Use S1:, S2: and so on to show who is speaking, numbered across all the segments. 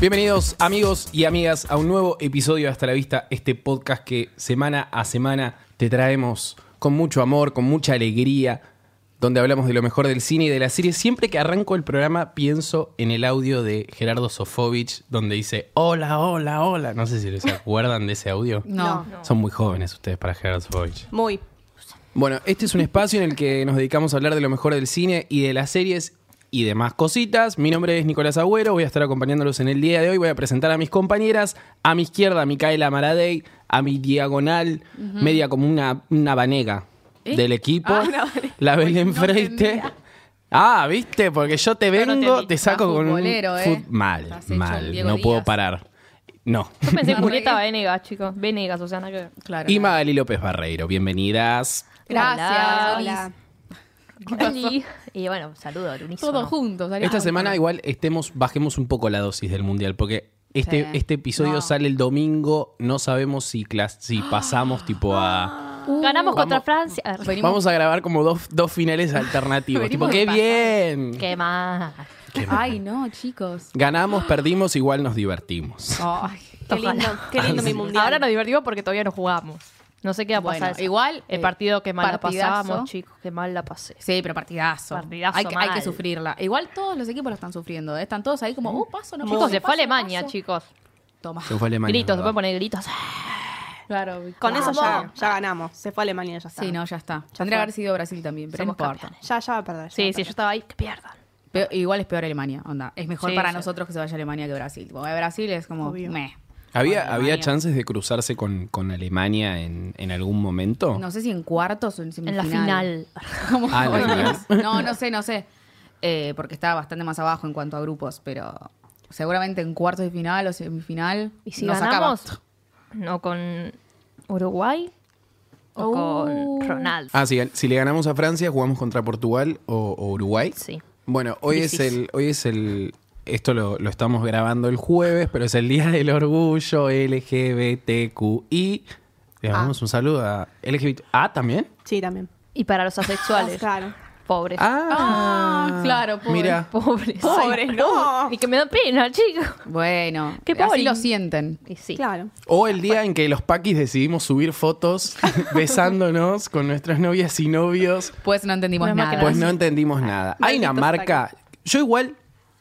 S1: Bienvenidos amigos y amigas a un nuevo episodio de Hasta la Vista, este podcast que semana a semana te traemos con mucho amor, con mucha alegría, donde hablamos de lo mejor del cine y de la serie. Siempre que arranco el programa pienso en el audio de Gerardo Sofovich, donde dice, hola, hola, hola. No sé si les acuerdan de ese audio.
S2: No.
S1: Son muy jóvenes ustedes para Gerardo Sofovich.
S3: Muy.
S1: Bueno, este es un espacio en el que nos dedicamos a hablar de lo mejor del cine y de las series y demás cositas. Mi nombre es Nicolás Agüero, voy a estar acompañándolos en el día de hoy. Voy a presentar a mis compañeras. A mi izquierda, a Micaela Maradei, a mi diagonal, media como una, una vanega
S2: ¿Eh?
S1: del equipo.
S3: Ah, una vanega.
S1: La Belén
S2: no
S1: Freite.
S2: entendía.
S1: Ah, viste, porque yo te
S2: Yo no te
S1: vengo,
S2: vi.
S1: te, saco
S2: Ah,
S1: con un
S2: futbolero, eh.
S1: mal,
S2: Estás hecho un
S1: mal,
S2: Diego
S1: no puedo
S2: Díaz.
S1: parar. No.
S4: Yo pensé en
S2: No,
S4: Julieta
S2: porque-
S4: Venegas, chicos. Venegas, o sea, nada que ver.
S2: Claro.
S1: Y Magali López Barreiro, bienvenidas.
S2: Gracias.
S3: Hola.
S4: Y, y bueno, saludo al unísono.
S2: Todos juntos. salí
S1: Esta
S2: juntos.
S1: semana igual estemos, bajemos un poco la dosis del mundial, porque este,
S2: Sí.
S1: este episodio
S2: No.
S1: sale el domingo, no sabemos si, clas- si pasamos tipo a...
S2: Uh,
S4: Ganamos contra
S1: vamos-
S4: Francia. Ah,
S2: venimos-
S1: Vamos a grabar como dos, dos finales alternativos. tipo,
S2: Venimos
S1: ¡qué
S2: empatados.
S1: bien!
S4: Qué más.
S1: Qué mal.
S2: Ay, no, chicos.
S1: Ganamos, perdimos, igual nos divertimos.
S2: Ay.
S3: Qué lindo, qué lindo mi mundial.
S4: Ahora nos divertimos porque todavía no jugamos. No sé qué va a pasar.
S2: Bueno, igual,
S4: El
S2: eh,
S4: partido que mal la
S2: partidazo.
S4: pasamos, chicos. Qué mal la pasé.
S2: Sí, pero partidazo.
S4: Partidazo
S2: hay, que- hay que
S4: mal.
S2: sufrirla. Igual todos los equipos lo están sufriendo. ¿eh? Están todos ahí como, uh, paso, no
S4: Chicos,
S2: paso,
S4: se fue a
S2: paso,
S4: Alemania,
S2: paso.
S4: chicos.
S2: Toma.
S1: Se fue Alemania.
S4: Gritos, se
S1: ¿verdad?
S4: pueden poner gritos. Ah,
S2: Claro.
S3: Con eso ya,
S2: Vamos.
S3: ya ganamos. Se fue a Alemania, ya está.
S2: Sí, no, ya está. Tendría que haber sido Brasil también, pero
S4: Somos
S2: no importa.
S4: campeones.
S3: Ya, ya va a perder. ya va
S4: Sí,
S3: a
S4: sí, yo
S3: perder.
S4: estaba ahí. Que pierdan.
S2: Pero igual es peor Alemania, onda. Es mejor
S4: Sí,
S2: para
S4: sí.
S2: nosotros que se vaya a Alemania que Brasil. Tipo, eh, Brasil es como,
S3: Obvio.
S2: meh.
S1: ¿Había, ¿Había
S2: Bueno, Alemania.
S1: chances de cruzarse con, con Alemania en, en algún momento?
S2: No sé si en cuartos o en
S4: En
S2: semifinal.
S4: la final.
S2: Como-
S1: Oh. Ah, ¿en la final?
S2: No, no sé, no sé. Eh, porque está bastante más abajo en cuanto a grupos, pero seguramente en cuartos de final o semifinal.
S4: Y si
S2: nos
S4: ganamos,
S2: acaba.
S4: no con Uruguay o
S2: Oh.
S4: con Ronaldo.
S1: Ah, si, gan- si le ganamos a Francia, jugamos contra Portugal o, o Uruguay.
S4: Sí.
S1: Bueno, hoy es el, hoy es el, esto lo, lo estamos grabando el jueves, pero es el Día del Orgullo LGBTQI. Le damos un saludo a LGBT. Ah, también.
S3: Sí, también.
S4: Y para los asexuales.
S3: Claro.
S4: Pobres.
S1: Ah,
S2: Ah, claro, pobre.
S1: Mira,
S4: Pobres.
S3: Pobres, no.
S4: Y que me da pena, chicos.
S2: Bueno,
S4: Qué
S2: así
S4: pobre.
S2: lo sienten.
S4: Y sí.
S3: Claro.
S1: o el día en que los paquis decidimos subir fotos besándonos con nuestras novias y novios.
S2: Pues no entendimos
S4: Menos mal que
S2: nada.
S1: Pues no entendimos nada. Hay una
S3: Malditos
S1: marca. Yo igual.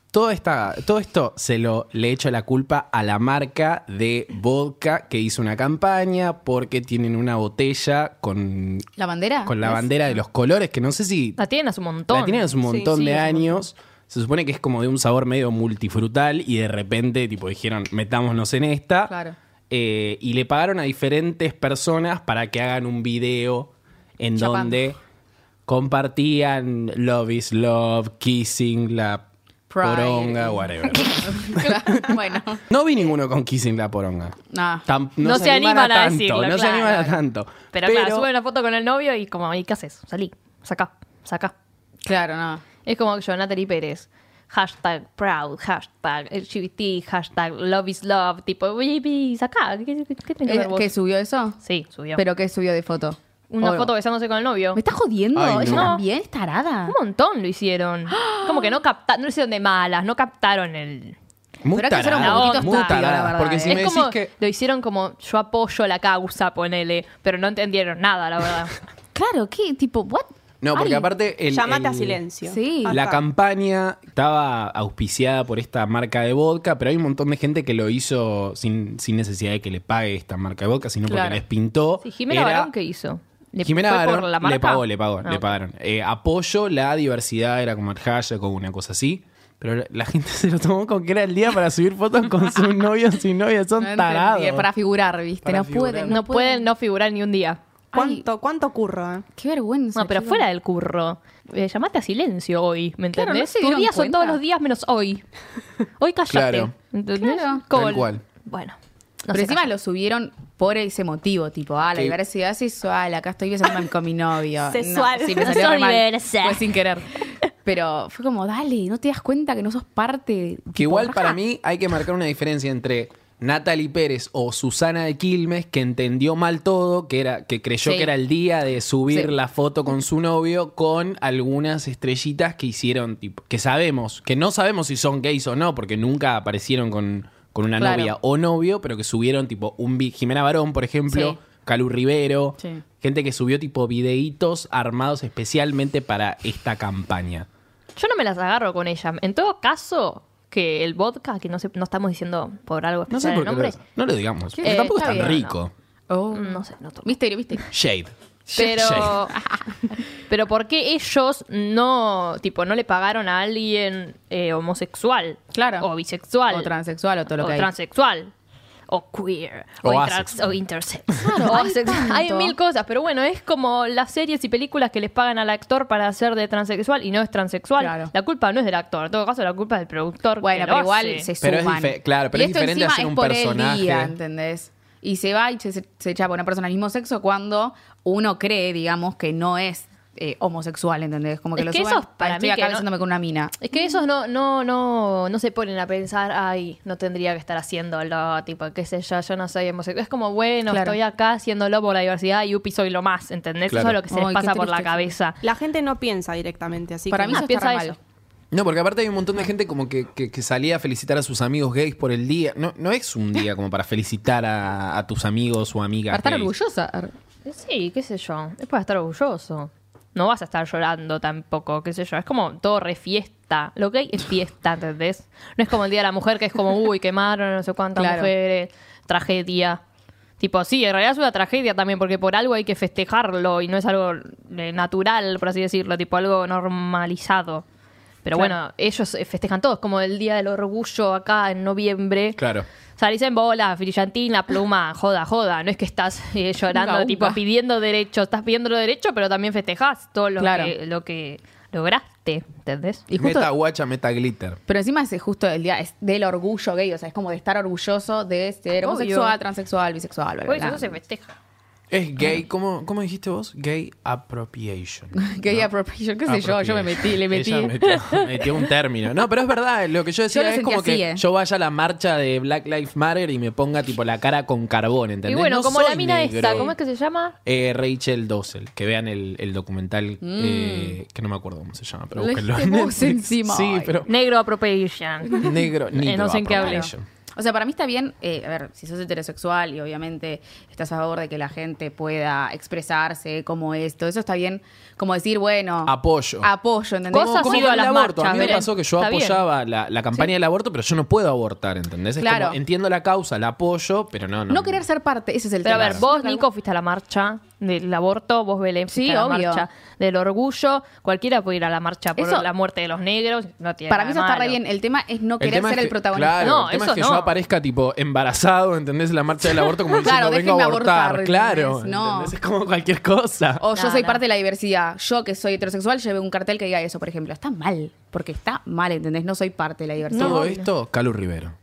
S1: Todo, esta, todo esto se lo le echo la culpa a la marca de vodka que hizo una campaña porque tienen una botella con,
S2: ¿La bandera?
S1: con la
S2: ¿Es?
S1: bandera de los colores, que no sé si
S4: La tienen hace un montón.
S1: la tienen hace un montón
S3: Sí,
S1: de
S3: sí, hace un
S1: años. Se supone que es como de un sabor medio multifrutal y de repente tipo dijeron, metámonos en esta.
S2: Claro.
S1: Eh, y le pagaron a diferentes personas para que hagan un video en
S2: Chapando.
S1: donde compartían love is love, kissing la
S2: Pride.
S1: poronga, whatever.
S2: Claro, bueno,
S1: no vi ninguno con kissing la poronga.
S2: nada.
S1: Tam-
S4: No se animan a
S1: tanto,
S4: decirlo,
S1: No se
S4: claro.
S1: animan a tanto.
S4: Pero, claro, sube una foto con el novio y como, ¿y qué haces? Salí, sacá, sacá.
S2: Claro, nada.
S4: Es como yo, Natalie Pérez. Hashtag proud, hashtag LGBT, hashtag love is love. Tipo, uy, uy, sacá. ¿Qué, qué, qué tenés que ver
S2: Eh,
S4: vos?
S2: ¿Qué subió eso?
S4: Sí, subió.
S2: ¿Pero qué subió de foto?
S4: Una
S2: O-
S4: foto besándose con el novio.
S2: ¿Me estás jodiendo?
S1: Ay,
S2: ¿Ella
S1: no.
S2: también es tarada?
S4: Un montón lo hicieron. Como que no captaron, no lo hicieron de malas, no captaron el...
S1: Muy
S2: Pero hay que ser un
S1: tarada,
S4: poquito
S1: muy
S2: estúpido, la
S1: tarada,
S2: verdad,
S1: Porque
S2: ¿eh?
S1: si
S4: es
S1: me decís
S4: como,
S1: que...
S4: lo hicieron como, yo apoyo la causa, ponele, pero no entendieron nada, la verdad.
S2: Claro, ¿qué? Tipo, ¿what?
S1: No, porque
S2: Ay,
S1: aparte... El,
S3: Llamate a
S1: el-
S3: silencio.
S2: Sí.
S3: Acá.
S1: La campaña estaba auspiciada por esta marca de vodka, pero hay un montón de gente que lo hizo sin, sin necesidad de que le pague esta marca de vodka, sino
S2: Claro.
S1: porque les pintó.
S4: Sí, Jimena
S1: Era-
S4: Barón, ¿qué hizo? ¿Le
S1: Jimena
S4: fue por
S1: Barón
S4: la
S1: le
S4: marca?
S1: pagó, le pagó,
S4: Ah,
S1: le
S4: ok.
S1: pagaron. Eh, apoyo la diversidad, era como el hashtag o una cosa así. Pero la- la gente se lo tomó con que era el día para subir fotos con sus novios y novias. Son
S2: No entendí,
S1: tarados.
S2: Para figurar, ¿viste?
S1: Para
S2: no
S1: figurar.
S2: pueden.
S4: No pueden no figurar ni un día.
S3: ¿Cuánto, cuánto curro, eh?
S2: Qué vergüenza.
S4: No, pero
S2: chicos.
S4: fuera del curro. Eh, llamate a silencio hoy, ¿me
S2: Claro,
S4: entendés?
S2: no se
S4: Tus
S2: dieron
S4: días son
S2: cuenta.
S4: todos los días menos hoy. Hoy callate.
S1: Claro.
S4: ¿Entendés?
S2: Claro.
S4: Como
S1: Tal
S4: el-
S1: cual.
S4: Bueno. no
S2: pero
S4: se
S2: encima
S4: callan.
S2: lo subieron por ese motivo, tipo, ah, la
S1: Sí.
S2: diversidad sexual, acá estoy besándome con mi novio. No,
S3: Sexual.
S2: sí, me
S4: No
S2: salió
S4: soy
S2: re mal.
S4: diversa.
S2: Fue sin querer. Pero fue como, dale, no te das cuenta que no sos parte.
S1: Que
S2: tipo,
S1: igual
S2: raja.
S1: para mí hay que marcar una diferencia entre Natalie Pérez o Susana de Quilmes que entendió mal todo, que era que creyó
S2: Sí.
S1: que era el día de subir
S2: Sí.
S1: la foto con su novio con algunas estrellitas que hicieron tipo que sabemos, que no sabemos si son gays o no porque nunca aparecieron con, con una
S2: Claro.
S1: novia o novio, pero que subieron tipo un vi- Jimena Barón, por ejemplo,
S2: Sí.
S1: Calu Rivero,
S2: Sí.
S1: gente que subió tipo videitos armados especialmente para esta campaña.
S4: Yo no me las agarro con ella. En todo caso, que el vodka, que no, sé, no estamos diciendo por algo
S1: No sé
S4: especial
S1: por
S4: el
S1: qué
S4: nombre.
S1: lo- no lo digamos, porque
S4: Eh,
S1: tampoco es
S4: está
S1: tan
S4: bien,
S1: rico.
S4: No sé, no tomo.
S2: Misterio, Oh, ¿viste?
S1: Shade. Shade.
S4: Pero, pero ¿por qué ellos no, tipo, no le pagaron a alguien eh, homosexual?
S2: Claro.
S4: O bisexual.
S2: O transexual o todo lo
S4: o
S2: que hay.
S4: transexual. O queer.
S1: O
S4: O, intra-
S1: asexual.
S4: o intersex.
S2: Claro,
S4: o
S2: hay
S4: asex-
S2: tanto.
S4: hay mil cosas, pero bueno, es como las series y películas que les pagan al actor para hacer de transexual y no es transexual.
S2: Claro.
S4: La culpa no es del actor, en todo caso la culpa es del productor.
S2: Bueno,
S4: que
S2: pero
S4: lo
S2: igual
S4: hace.
S2: se
S1: Pero es
S2: suman.
S1: dife- claro, pero
S2: Y
S1: es
S2: esto
S1: diferente
S2: encima
S1: hacer un
S2: es por
S1: personaje.
S2: El día, ¿entendés? Y se va y se, se echa por una persona del mismo sexo cuando uno cree, digamos, que no es eh, homosexual, ¿entendés? Como que
S4: Es
S2: lo
S4: que
S2: suben,
S4: eso es para
S2: estoy
S4: mí
S2: acá
S4: que no-
S2: besándome con una mina.
S4: Es que esos no, no, no, no se ponen a pensar, ay, no tendría que estar haciéndolo, tipo, qué sé yo, yo no soy homosexual. Es como, bueno,
S2: Claro.
S4: estoy acá haciéndolo por la diversidad y upi soy lo más, ¿entendés?
S1: Claro.
S4: Eso es lo que se
S2: Ay,
S4: les
S2: qué
S4: pasa por la
S2: triste.
S4: cabeza.
S3: La gente no piensa directamente, así
S2: Para
S3: que
S2: mí
S4: Ah,
S2: eso
S4: piensa
S2: está re
S4: eso.
S2: mal.
S1: No, porque aparte hay un montón de
S2: Ah.
S1: gente como que, que- que salía a felicitar a sus amigos gays por el día. No, no es un día como para felicitar a, a tus amigos o amigas.
S2: Para estar
S1: gays.
S2: orgullosa.
S4: Sí, qué sé yo, es para estar orgulloso. No vas a estar llorando tampoco, qué sé yo. Es como todo re fiesta. Lo que hay es fiesta, ¿entendés? No es como el Día de la Mujer que es como, uy, quemaron no sé cuántas
S2: Claro.
S4: mujeres, tragedia. Tipo, sí, en realidad es una tragedia también, porque por algo hay que festejarlo y no es algo eh, natural, por así decirlo, tipo algo normalizado. Pero
S2: Claro.
S4: bueno, ellos eh, festejan todos, como el Día del Orgullo acá en noviembre.
S1: Claro.
S4: Salís en bola, brillantina, pluma, joda, joda. No es que estás eh, llorando,
S2: Uga, uga.
S4: tipo pidiendo derecho. Estás pidiendo lo derecho, pero también festejás todo lo,
S2: Claro.
S4: que, lo que lograste, ¿entendés?
S2: Y justo-
S1: Meta guacha, meta glitter.
S2: Pero encima es justo el día es del orgullo gay, o sea, es como de estar orgulloso de ser
S4: Obvio.
S2: homosexual, transexual, bisexual, bla, bla,
S4: Por eso
S2: bla.
S4: eso se festeja.
S2: Ah.
S1: Es gay, ¿cómo, cómo dijiste vos? Gay appropriation.
S2: Gay
S1: ¿no? Ah,
S2: appropriation, qué sé yo, yo me metí, le metí.
S1: Ella metió, metió un término. No, pero es verdad, lo que yo decía
S2: Yo lo
S1: es
S2: sentí
S1: como
S2: así,
S1: que
S2: eh.
S1: yo vaya a la marcha de Black Lives Matter y me ponga tipo la cara con carbón, ¿entendés?
S4: Y bueno,
S1: No
S4: como
S1: soy
S4: la mina
S1: negro.
S4: esta, ¿cómo es que se llama?
S1: Eh, Rachel Dossel, que vean el, el documental eh, que no me acuerdo cómo se llama, pero
S2: Lo
S1: búsquenlo.
S2: dijiste vos encima,
S1: Sí,
S2: ay.
S1: pero
S4: Negro Appropriation.
S1: negro, negro
S4: no sé en qué hablé.
S1: appropriation.
S2: O sea, para mí está bien, eh, a ver, si sos heterosexual y obviamente estás a favor de que la gente pueda expresarse como esto, eso está bien, como decir, bueno,
S1: Apoyo.
S2: apoyo, ¿entendés?
S4: Cosas
S1: Como
S4: has ido
S1: con
S4: a
S1: el
S4: las
S1: aborto.
S4: marchas,
S1: a mí me
S4: Belén.
S1: pasó que yo
S4: Está bien.
S1: apoyaba la, la campaña del aborto, pero yo no puedo abortar, ¿entendés? Es
S2: Claro.
S1: como, entiendo la causa, la apoyo, pero no, no.
S2: No querer ser parte, ese es el
S4: Pero a
S2: tema.
S4: ver, vos, Nico, fuiste a la marcha del aborto, vos, Belén,
S2: Sí,
S4: fuiste a la
S2: obvio.
S4: marcha del orgullo. Cualquiera puede ir a la marcha por
S2: Eso-
S4: la muerte de los negros. No tiene
S2: Para mí
S4: nada
S2: eso está
S4: de
S2: re
S4: malo.
S2: bien, el tema es no
S1: El
S2: querer
S1: tema
S2: ser
S1: es
S2: el
S1: que-
S2: protagonista.
S1: Claro,
S4: No,
S1: el tema es
S4: eso
S1: que
S4: no.
S1: yo aparezca tipo embarazado, ¿entendés? En La marcha del aborto como diciendo,
S2: Claro,
S1: vengo a
S2: déjenme
S1: abortar.
S2: abortar,
S1: claro,
S2: ¿entendés? No.
S1: ¿entendés? Es como cualquier cosa.
S2: O yo
S4: No,
S2: soy
S4: no.
S2: parte de la diversidad. Yo que soy heterosexual llevé un cartel que diga eso, por ejemplo. Está mal, porque está mal, ¿entendés? No soy parte de la diversidad.
S1: Todo esto, Calu Rivero.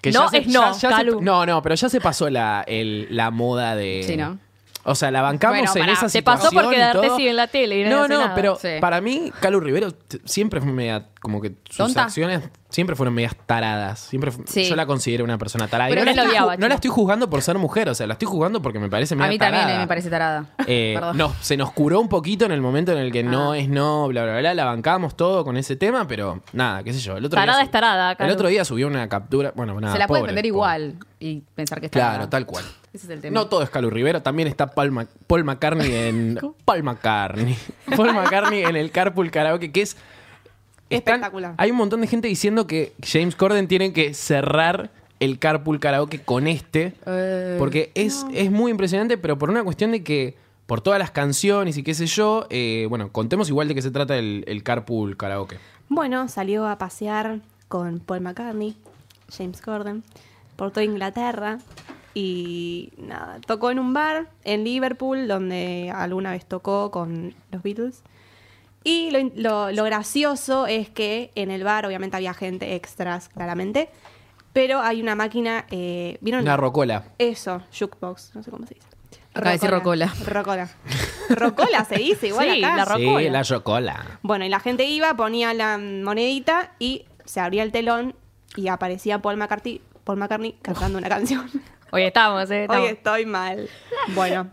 S1: Que
S4: No
S1: ya se-
S4: es no,
S1: ya- ya se-
S4: Calu.
S1: no, no, pero ya se pasó la, el- la moda de.
S2: Sí, ¿no?
S1: O sea, la bancamos
S2: Bueno,
S1: en
S2: pará,
S1: esa
S4: se pasó
S1: situación
S4: por
S1: y
S4: quedarte
S1: todo.
S4: sin en la tele y no
S1: No,
S4: hacer
S1: no,
S4: nada.
S1: pero
S2: Sí.
S1: para mí, Calu Rivero t- siempre fue media. Como que sus
S2: Tonta.
S1: acciones siempre fueron medias taradas. Siempre fu-
S2: Sí.
S1: Yo la considero una persona tarada. Y
S4: Pero
S1: no,
S4: él
S1: la
S4: la
S1: estoy,
S4: odiaba,
S1: ju- no la
S4: chico.
S1: estoy juzgando por ser mujer. O sea, la estoy juzgando porque me parece media
S2: A mí también
S1: tarada.
S2: eh, me parece tarada.
S1: Eh,
S2: Perdón. Ah.
S1: no, se nos curó un poquito en el momento en el que no es no, bla, bla, bla. La bancamos todo con ese tema, pero nada, qué sé yo. El otro
S4: Tarada
S1: día
S4: es tarada,
S1: El
S4: Calu.
S1: otro día subió una captura. Bueno, nada.
S2: Se la puede
S1: pobre,
S2: vender
S1: pobre.
S2: igual y pensar que está
S1: Claro,
S2: tarada.
S1: tal cual.
S2: Ese es el tema.
S1: No todo es Calu Rivero, también está Paul, Mac- Paul McCartney en. Paul McCartney. Paul McCartney en el Carpool Karaoke, que es. están-
S3: Espectacular.
S1: hay un montón de gente diciendo que James Corden tiene que cerrar el Carpool Karaoke con este.
S2: Eh,
S1: Porque es, es muy impresionante, pero por una cuestión de que. Por todas las canciones y qué sé yo. eh, bueno, contemos igual de qué se trata el, el Carpool Karaoke.
S3: Bueno, salió a pasear con Paul McCartney, James Gordon, por toda Inglaterra y nada, tocó en un bar en Liverpool donde alguna vez tocó con los Beatles. Y lo, in- lo- lo gracioso es que en el bar obviamente había gente extras, claramente, pero hay una máquina, eh, ¿vieron?
S1: Una rocola.
S3: Eso, jukebox, no sé cómo se dice.
S2: Acaba de decir
S3: Rocola. Rocola se dice igual
S4: Sí,
S3: acá.
S4: la ro- rocola.
S1: Sí, la rocola.
S3: Bueno, y la gente iba, ponía la monedita y se abría el telón y aparecía Paul McCartney, Paul McCartney cantando una canción.
S4: Hoy estamos, ¿eh?
S3: Hoy
S4: Estamos.
S3: estoy mal. Bueno.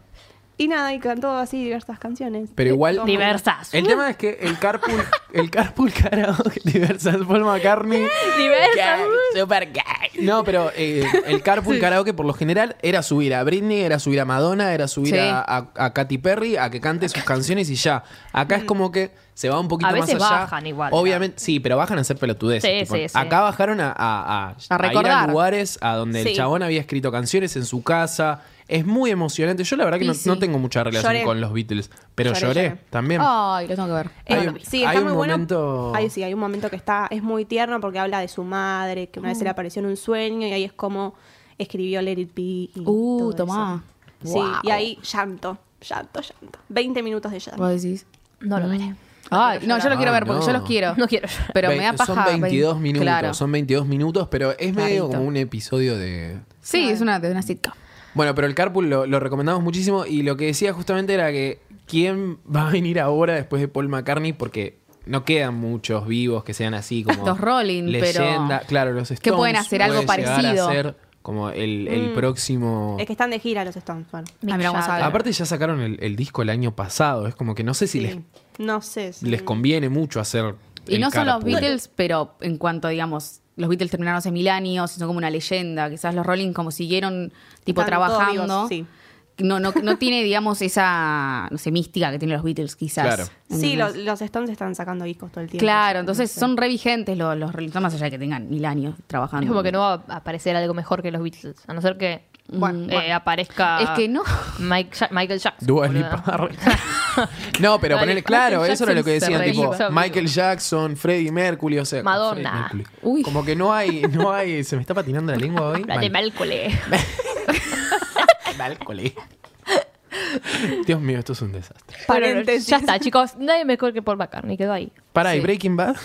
S3: Y nada, y cantó así diversas canciones.
S1: Pero igual-
S4: Diversas.
S1: El tema es que el carpool, el carpool karaoke, diversas Paul McCartney.
S4: Diversas.
S1: super gay. No, pero eh, el carpool karaoke por lo general era subir a Britney, era subir a Madonna, era subir
S2: Sí.
S1: a, a- a Katy Perry a que cante sus canciones y ya. Acá es como que se va un poquito
S4: A
S1: más
S4: veces
S1: allá.
S4: bajan igual,
S1: Obviamente, sí, pero bajan a hacer pelotudeces.
S4: Sí, sí, sí.
S1: Acá bajaron a, a, a- a
S2: A
S1: ir a
S2: recordar.
S1: lugares a donde el
S3: Sí.
S1: chabón había escrito canciones en su casa. Es muy emocionante. Yo la verdad que
S2: Y
S1: no,
S2: sí.
S1: no tengo mucha relación
S3: Lloré.
S1: con los Beatles, pero lloré,
S3: Lloré, lloré.
S1: también.
S2: Ay, lo tengo que ver.
S1: Hay
S3: Eh,
S1: un-
S3: sí, está
S1: hay
S3: muy
S1: un
S3: bueno.
S1: momento-
S3: Ay, sí, hay un momento que está, es muy tierno porque habla de su madre, que una vez se le apareció en un sueño y ahí es como escribió Let It Be. y todo
S2: Uh,
S3: eso.
S2: tomá.
S3: Sí, y ahí llanto, llanto, llanto. 20 minutos de llanto.
S2: Vos decís.
S4: No lo veré.
S2: Ay, no, yo lo quiero
S1: Ah,
S2: ver porque
S1: no.
S2: yo los quiero.
S4: No quiero llorar.
S2: Pero me
S1: Ve-
S2: da paja.
S1: Son 22
S2: vein-
S1: minutos,
S2: Claro.
S1: son 22 minutos, pero es medio
S2: Clarito.
S1: como un episodio de...
S2: Sí, es una, de una sitcom.
S1: Bueno, pero el carpool lo, lo recomendamos muchísimo y lo que decía justamente era que quién va a venir ahora después de Paul McCartney porque no quedan muchos vivos que sean así como...
S2: Los Rolling, pero-
S1: leyenda. Claro, los Stones.
S2: pueden hacer algo
S1: puede llegar a
S2: parecido.
S1: ser como el, el
S3: Mm.
S1: próximo...
S3: Es que están de gira los Stones, bueno.
S2: Ah, mira, vamos a ver.
S1: Aparte ya sacaron el, el disco el año pasado, es como que no sé si
S3: Sí.
S1: les,
S3: No sé. sí.
S1: les conviene mucho hacer...
S2: Y
S1: el
S2: no son los
S1: Carpool.
S2: Beatles, pero en cuanto, digamos, los Beatles terminaron hace mil años, son como una leyenda. Quizás los Rolling como siguieron tipo
S3: Están todos
S2: trabajando.
S3: vivos, sí.
S2: No, no, no tiene, digamos, esa, no sé, mística que tienen los Beatles, quizás.
S1: Claro.
S3: Sí,
S2: ¿Entendés?
S3: los, los Stones están sacando discos todo el tiempo.
S2: Claro, entonces son revigentes los, los Rolling Stones, más allá de que tengan mil años trabajando.
S4: Es como que no va a aparecer algo mejor que los Beatles. A no ser que
S2: Mm, Bueno,
S4: eh,
S2: bueno.
S4: aparezca.
S2: Es que no.
S4: Mike Ja- Michael Jackson.
S1: Dua
S4: boluda.
S1: Lipa. no, pero
S4: Dua
S1: ponerle
S4: Lipa.
S1: claro,
S4: Michael
S1: eso era lo que
S4: Jackson se
S1: decían, tipo
S4: reviva.
S1: Michael Jackson, Freddie Mercury, o sea,
S4: Madonna.
S1: Freddie Mercury.
S2: Uy.
S1: Como que no hay, no hay, se me está patinando la lengua hoy.
S4: La de
S1: Mal.
S4: Malcolm.
S1: Malcolm. Dios mío, esto es un desastre.
S3: Paréntesis.
S4: Ya está, chicos. Nadie mejor que Paul McCartney. Quedó ahí.
S1: Para, ¿y
S2: Sí.
S1: Breaking Bad?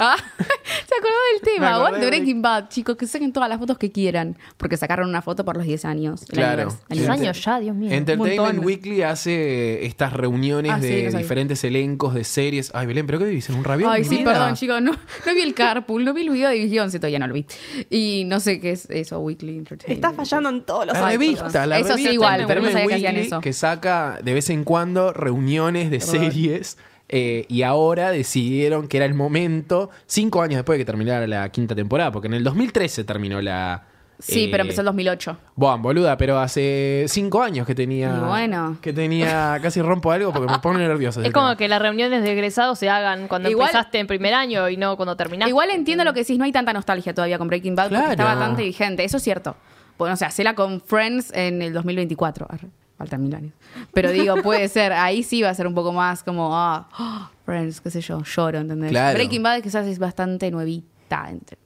S2: Ah, se acordó del tema.
S1: Me acordé
S2: Aguante
S1: de-
S2: Breaking Bad, chicos, que saquen todas las fotos que quieran. Porque sacaron una foto por los 10 años. el
S1: Claro.
S2: anivers-
S4: Diez
S1: Enter-
S2: anivers-
S4: años ya, Dios mío.
S1: Entertainment
S2: Un montón.
S1: Weekly hace estas reuniones
S2: Ah, sí,
S1: de
S2: no sabía.
S1: diferentes elencos de series. Ay, Belén, ¿pero qué vivís? ¿En un rabión?
S2: Ay,
S1: mi
S2: sí,
S1: vida?
S2: perdón, chicos. No, no vi el carpool, no vi el video de Vigión, si todavía no lo vi. Y no sé qué es eso, Weekly Entertainment.
S3: Está fallando en todos los
S1: La
S3: ámbitos.
S1: revista, la
S2: Eso sí,
S1: revista
S2: igual,
S1: Entertainment
S2: pero no sabía que hacían
S1: Weekly,
S2: eso.
S1: Que saca de vez en cuando reuniones de series. eh, y ahora decidieron que era el momento, cinco años después de que terminara la quinta temporada, porque en el 2013 terminó la.
S2: Sí,
S1: eh,
S2: pero empezó en 2008.
S1: Buah, boluda, pero hace cinco años que tenía.
S2: Y bueno.
S1: Que tenía. Casi rompo algo porque me pone nervioso.
S4: Es
S1: ese
S4: como
S1: tema.
S4: que las reuniones de egresados se hagan cuando
S2: Igual-
S4: empezaste en primer año y no cuando terminaste.
S2: Igual entiendo lo que decís, no hay tanta nostalgia todavía con Breaking Bad,
S1: Mm. Claro.
S2: porque está bastante vigente, eso es cierto. Bueno, o sea, hacela con Friends en el 2024. Arre, Faltan mil años. Pero digo, puede ser, ahí sí va a ser un poco más como, ah, ah, Friends, qué sé yo, lloro, ¿entendés?
S1: Claro.
S2: Breaking Bad quizás es bastante nuevita, entre.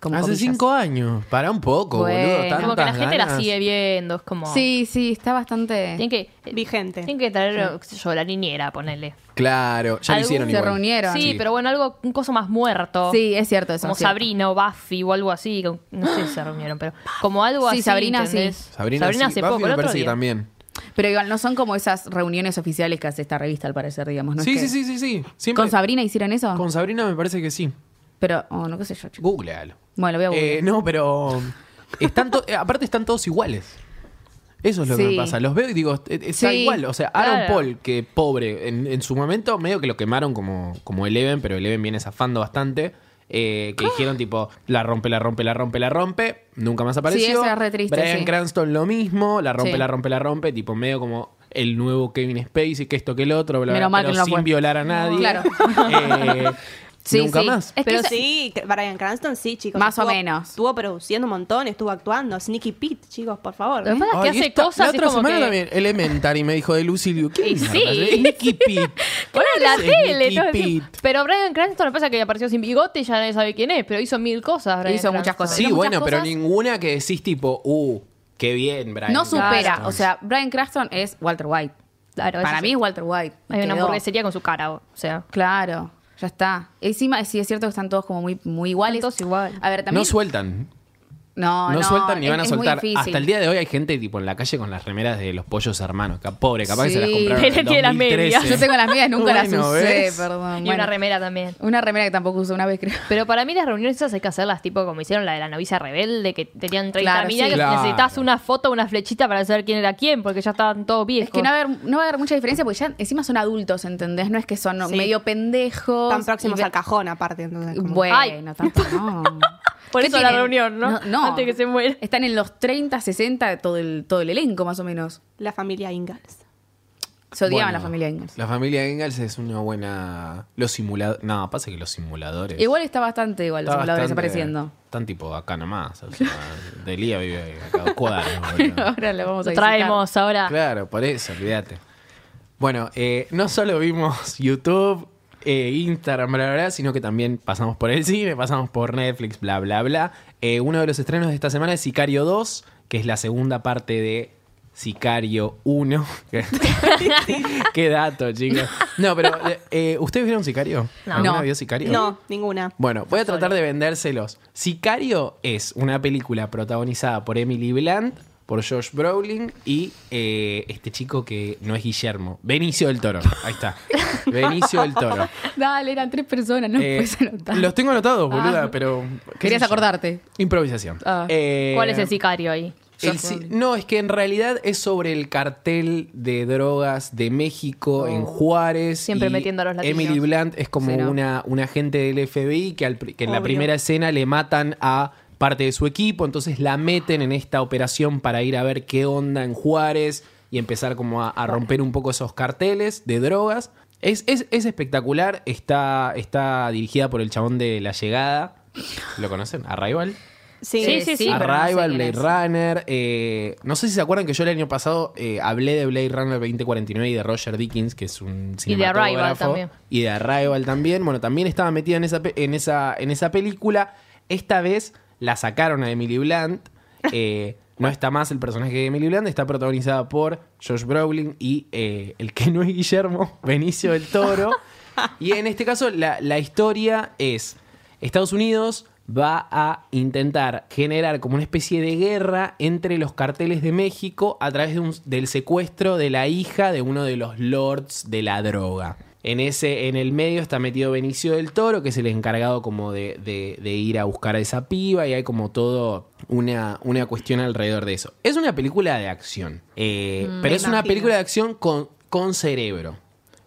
S2: Como
S1: Hace
S2: comillas.
S1: cinco años. Para un poco,
S2: Bueno.
S1: boludo.
S4: Como que la
S1: tantas
S4: gente la
S1: ganas.
S4: sigue viendo. Es como.
S2: Sí, sí, está bastante.
S4: Tienen que.
S3: Vigente.
S4: Tienen que traer, qué sé yo, la niñera, ponerle.
S1: Claro, ya lo
S4: Algún-
S1: hicieron
S2: se
S1: igual.
S2: reunieron.
S4: Sí, pero bueno, algo, un coso más muerto.
S2: Sí, es cierto eso.
S4: Como
S2: es cierto.
S4: Sabrina o Buffy o algo así. que- No sé si se reunieron, pero como algo
S2: Sí,
S4: así.
S2: Sabrina sí.
S4: ¿entendés?
S1: Sabrina, sí. Buffy
S4: hace poco,
S1: me
S4: el otro
S1: parece que
S4: día.
S1: también.
S2: Pero igual, no son como esas reuniones oficiales que hace esta revista, al parecer, digamos. ¿no?
S1: sí,
S2: Es que-
S1: sí, sí, sí, sí. Siempre-
S2: ¿Con Sabrina hicieron eso?
S1: Con Sabrina me parece que sí.
S2: Pero, oh, no qué sé yo, chicos.
S1: Googlealo.
S2: Bueno, lo voy a buscar.
S1: Eh, no, pero. Están to- eh, aparte están todos iguales. Eso es lo que me
S2: Sí.
S1: pasa. Los veo y digo, eh, está
S2: Sí,
S1: igual. O sea, Aaron
S4: claro.
S1: Paul, que pobre, en, en su momento medio que lo quemaron como, como Eleven, pero Eleven viene zafando bastante. eh,
S2: Ah.
S1: que dijeron tipo, la rompe, la rompe, la rompe, la rompe. Nunca más apareció.
S2: eso era re triste,
S1: Bryan
S2: sí.
S1: Cranston lo mismo, la rompe,
S2: Sí.
S1: la rompe, la rompe. Tipo, medio como el nuevo Kevin Spacey, que esto, que el otro, bla, bla,
S2: Menos mal
S1: pero
S2: que no
S1: sin
S2: fue.
S1: violar a nadie.
S2: Claro.
S1: Eh,
S2: Sí,
S1: nunca
S2: sí.
S1: más.
S2: Es que
S3: pero
S2: esa-
S3: sí, que Bryan Cranston sí, chicos.
S2: Más o
S3: Estuvo-
S2: menos.
S3: Estuvo produciendo un montón, estuvo actuando. Sneaky Pete, chicos, por favor.
S4: Lo que pasa es que
S1: Ay,
S4: hace
S1: esta-
S4: cosas
S1: La
S4: y
S1: otra
S4: es como
S1: semana
S4: que-
S1: también, Elementary, me dijo de Lucy Liu. ¿Qué
S4: Y
S1: mierda?
S4: sí.
S1: Es Nicky Pitt.
S4: Claro, en la
S1: es
S4: tele,
S1: Nicky
S4: todo el tiempo.
S1: Pitt?
S4: Pero Brian Cranston me pasa que apareció sin bigote y ya nadie sabe quién es, pero hizo mil cosas. Bryan
S2: Hizo muchas
S4: Cranston.
S2: cosas.
S1: Sí,
S2: muchas
S1: bueno, pero
S2: cosas-
S1: ninguna que decís tipo, uh, qué bien, Brian.
S2: No supera.
S1: Cranston.
S2: O sea, Brian Cranston es Walter White.
S4: Claro, eso
S2: Para
S4: sí.
S2: mí es Walter White.
S4: Hay una
S2: Quedó.
S4: hamburguesería con su cara, o sea.
S2: Claro, ya está. Encima, sí es cierto que están todos como muy, muy iguales.
S4: Están todos igual.
S2: A ver, también.
S1: No sueltan.
S2: No,
S1: No,
S2: no,
S1: sueltan ni
S2: es-
S1: van a
S2: es muy
S1: soltar.
S2: difícil.
S1: Hasta el día de hoy hay gente tipo en la calle con las remeras de los pollos hermanos. Ca- Pobre, capaz que se las
S2: Sí.
S1: compraron. en
S4: Él tiene las
S1: 2013.
S4: medias.
S2: Yo tengo las mías, nunca las
S1: Bueno,
S2: usé,
S1: ¿ves?
S2: perdón.
S4: Y
S2: Ah, Bueno,
S4: una remera también.
S2: una remera que tampoco usé una vez, creo.
S4: Pero para mí las reuniones esas hay que hacerlas tipo como hicieron la de la novicia rebelde, que tenían 30
S2: Claro,
S4: amigas
S2: sí.
S4: que
S1: Claro.
S4: necesitabas una foto, una flechita para saber quién era quién, porque ya estaban todos viejos.
S2: Es que no va, a haber, no va a haber mucha diferencia porque ya encima son adultos, ¿entendés? No es que son
S3: Sí.
S2: medio pendejos.
S3: Tan próximos
S2: y ve-
S3: al cajón, aparte. Entonces, como-
S2: Bueno,
S4: Ay.
S2: no tanto, no.
S4: Por
S2: ¿Qué
S4: eso la
S2: tienen?
S4: reunión, ¿no?
S2: No.
S4: Antes que se muera.
S2: Están en los 30, 60, todo el, todo el elenco, más o menos.
S3: La familia Ingalls.
S2: Se odiaban
S1: Bueno,
S2: la familia Ingalls.
S1: La familia Engels es una buena. Los simuladores. No, pasa que los simuladores.
S2: Igual está bastante igual los
S1: Está
S2: simuladores
S1: bastante-
S2: desapareciendo.
S1: Están tipo acá nomás. O sea, Delía vive acá a dos cuadras, boludo.
S2: Ahora lo vamos a
S4: Lo
S2: visitar.
S4: traemos ahora.
S1: Claro, por eso, olvídate. Bueno, eh, no solo vimos YouTube, eh, Instagram, bla, bla, bla, sino que también pasamos por el cine, pasamos por Netflix, bla, bla, bla. Eh, uno de los estrenos de esta semana es Sicario 2, que es la segunda parte de Sicario 1. Qué dato, chicos. No, pero eh, ¿ustedes vieron Sicario?
S4: No.
S1: ¿Alguna
S2: No.
S1: vio Sicario?
S3: No, ninguna.
S1: Bueno, voy a tratar de vendérselos. Sicario es una película protagonizada por Emily Blunt, por Josh Brolin y eh, este chico que no es Guillermo, Benicio del Toro. Ahí está. Benicio del Toro.
S2: Dale, eran tres personas, no
S1: Eh,
S2: puedes anotar.
S1: los tengo anotados, boluda,
S2: Ah.
S1: pero. qué
S2: Querías
S1: sé yo.
S2: acordarte.
S1: Improvisación.
S2: Ah.
S1: Eh,
S4: ¿Cuál es el sicario ahí?
S1: el si- no, es que en realidad es sobre el cartel de drogas de México en Juárez.
S4: Oh. Siempre
S1: y
S4: metiendo a los latinos.
S1: Emily Blunt es como
S2: Sí, ¿no?
S1: una, un agente del FBI que, al pri- que en la
S3: Obvio.
S1: primera escena le matan a parte de su equipo, entonces la meten en esta operación para ir a ver qué onda en Juárez y empezar como a, a romper un poco esos carteles de drogas. Es, es- es espectacular, está, está dirigida por el chabón de La Llegada. ¿Lo conocen? Arrival.
S3: Sí,
S4: Sí, sí, sí. pero no
S1: Arrival,
S2: sé quién
S1: Blade Runner. eh, no sé si se acuerdan que yo el año pasado eh, hablé de Blade Runner 2049 y de Roger Dickens, que es un
S4: Y de Arrival
S1: cinematógrafo.
S4: también.
S1: Y de Arrival también. Bueno, también estaba metida en esa, pe- en esa, en esa película. Esta vez la sacaron a Emily Blunt. eh, no está más el personaje de Emily Blunt. Está protagonizada por Josh Brolin y eh, el que no es Guillermo, Benicio del Toro. Y en este caso la, la historia es... Estados Unidos va a intentar generar como una especie de guerra entre los carteles de México a través de un- del secuestro de la hija de uno de los lords de la droga. En, ese, en el medio está metido Benicio del Toro, que es el encargado como de, de- de ir a buscar a esa piba y hay como todo una, una cuestión alrededor de eso. Es una película de acción, eh, pero es una
S3: imagino.
S1: película de acción con, con cerebro.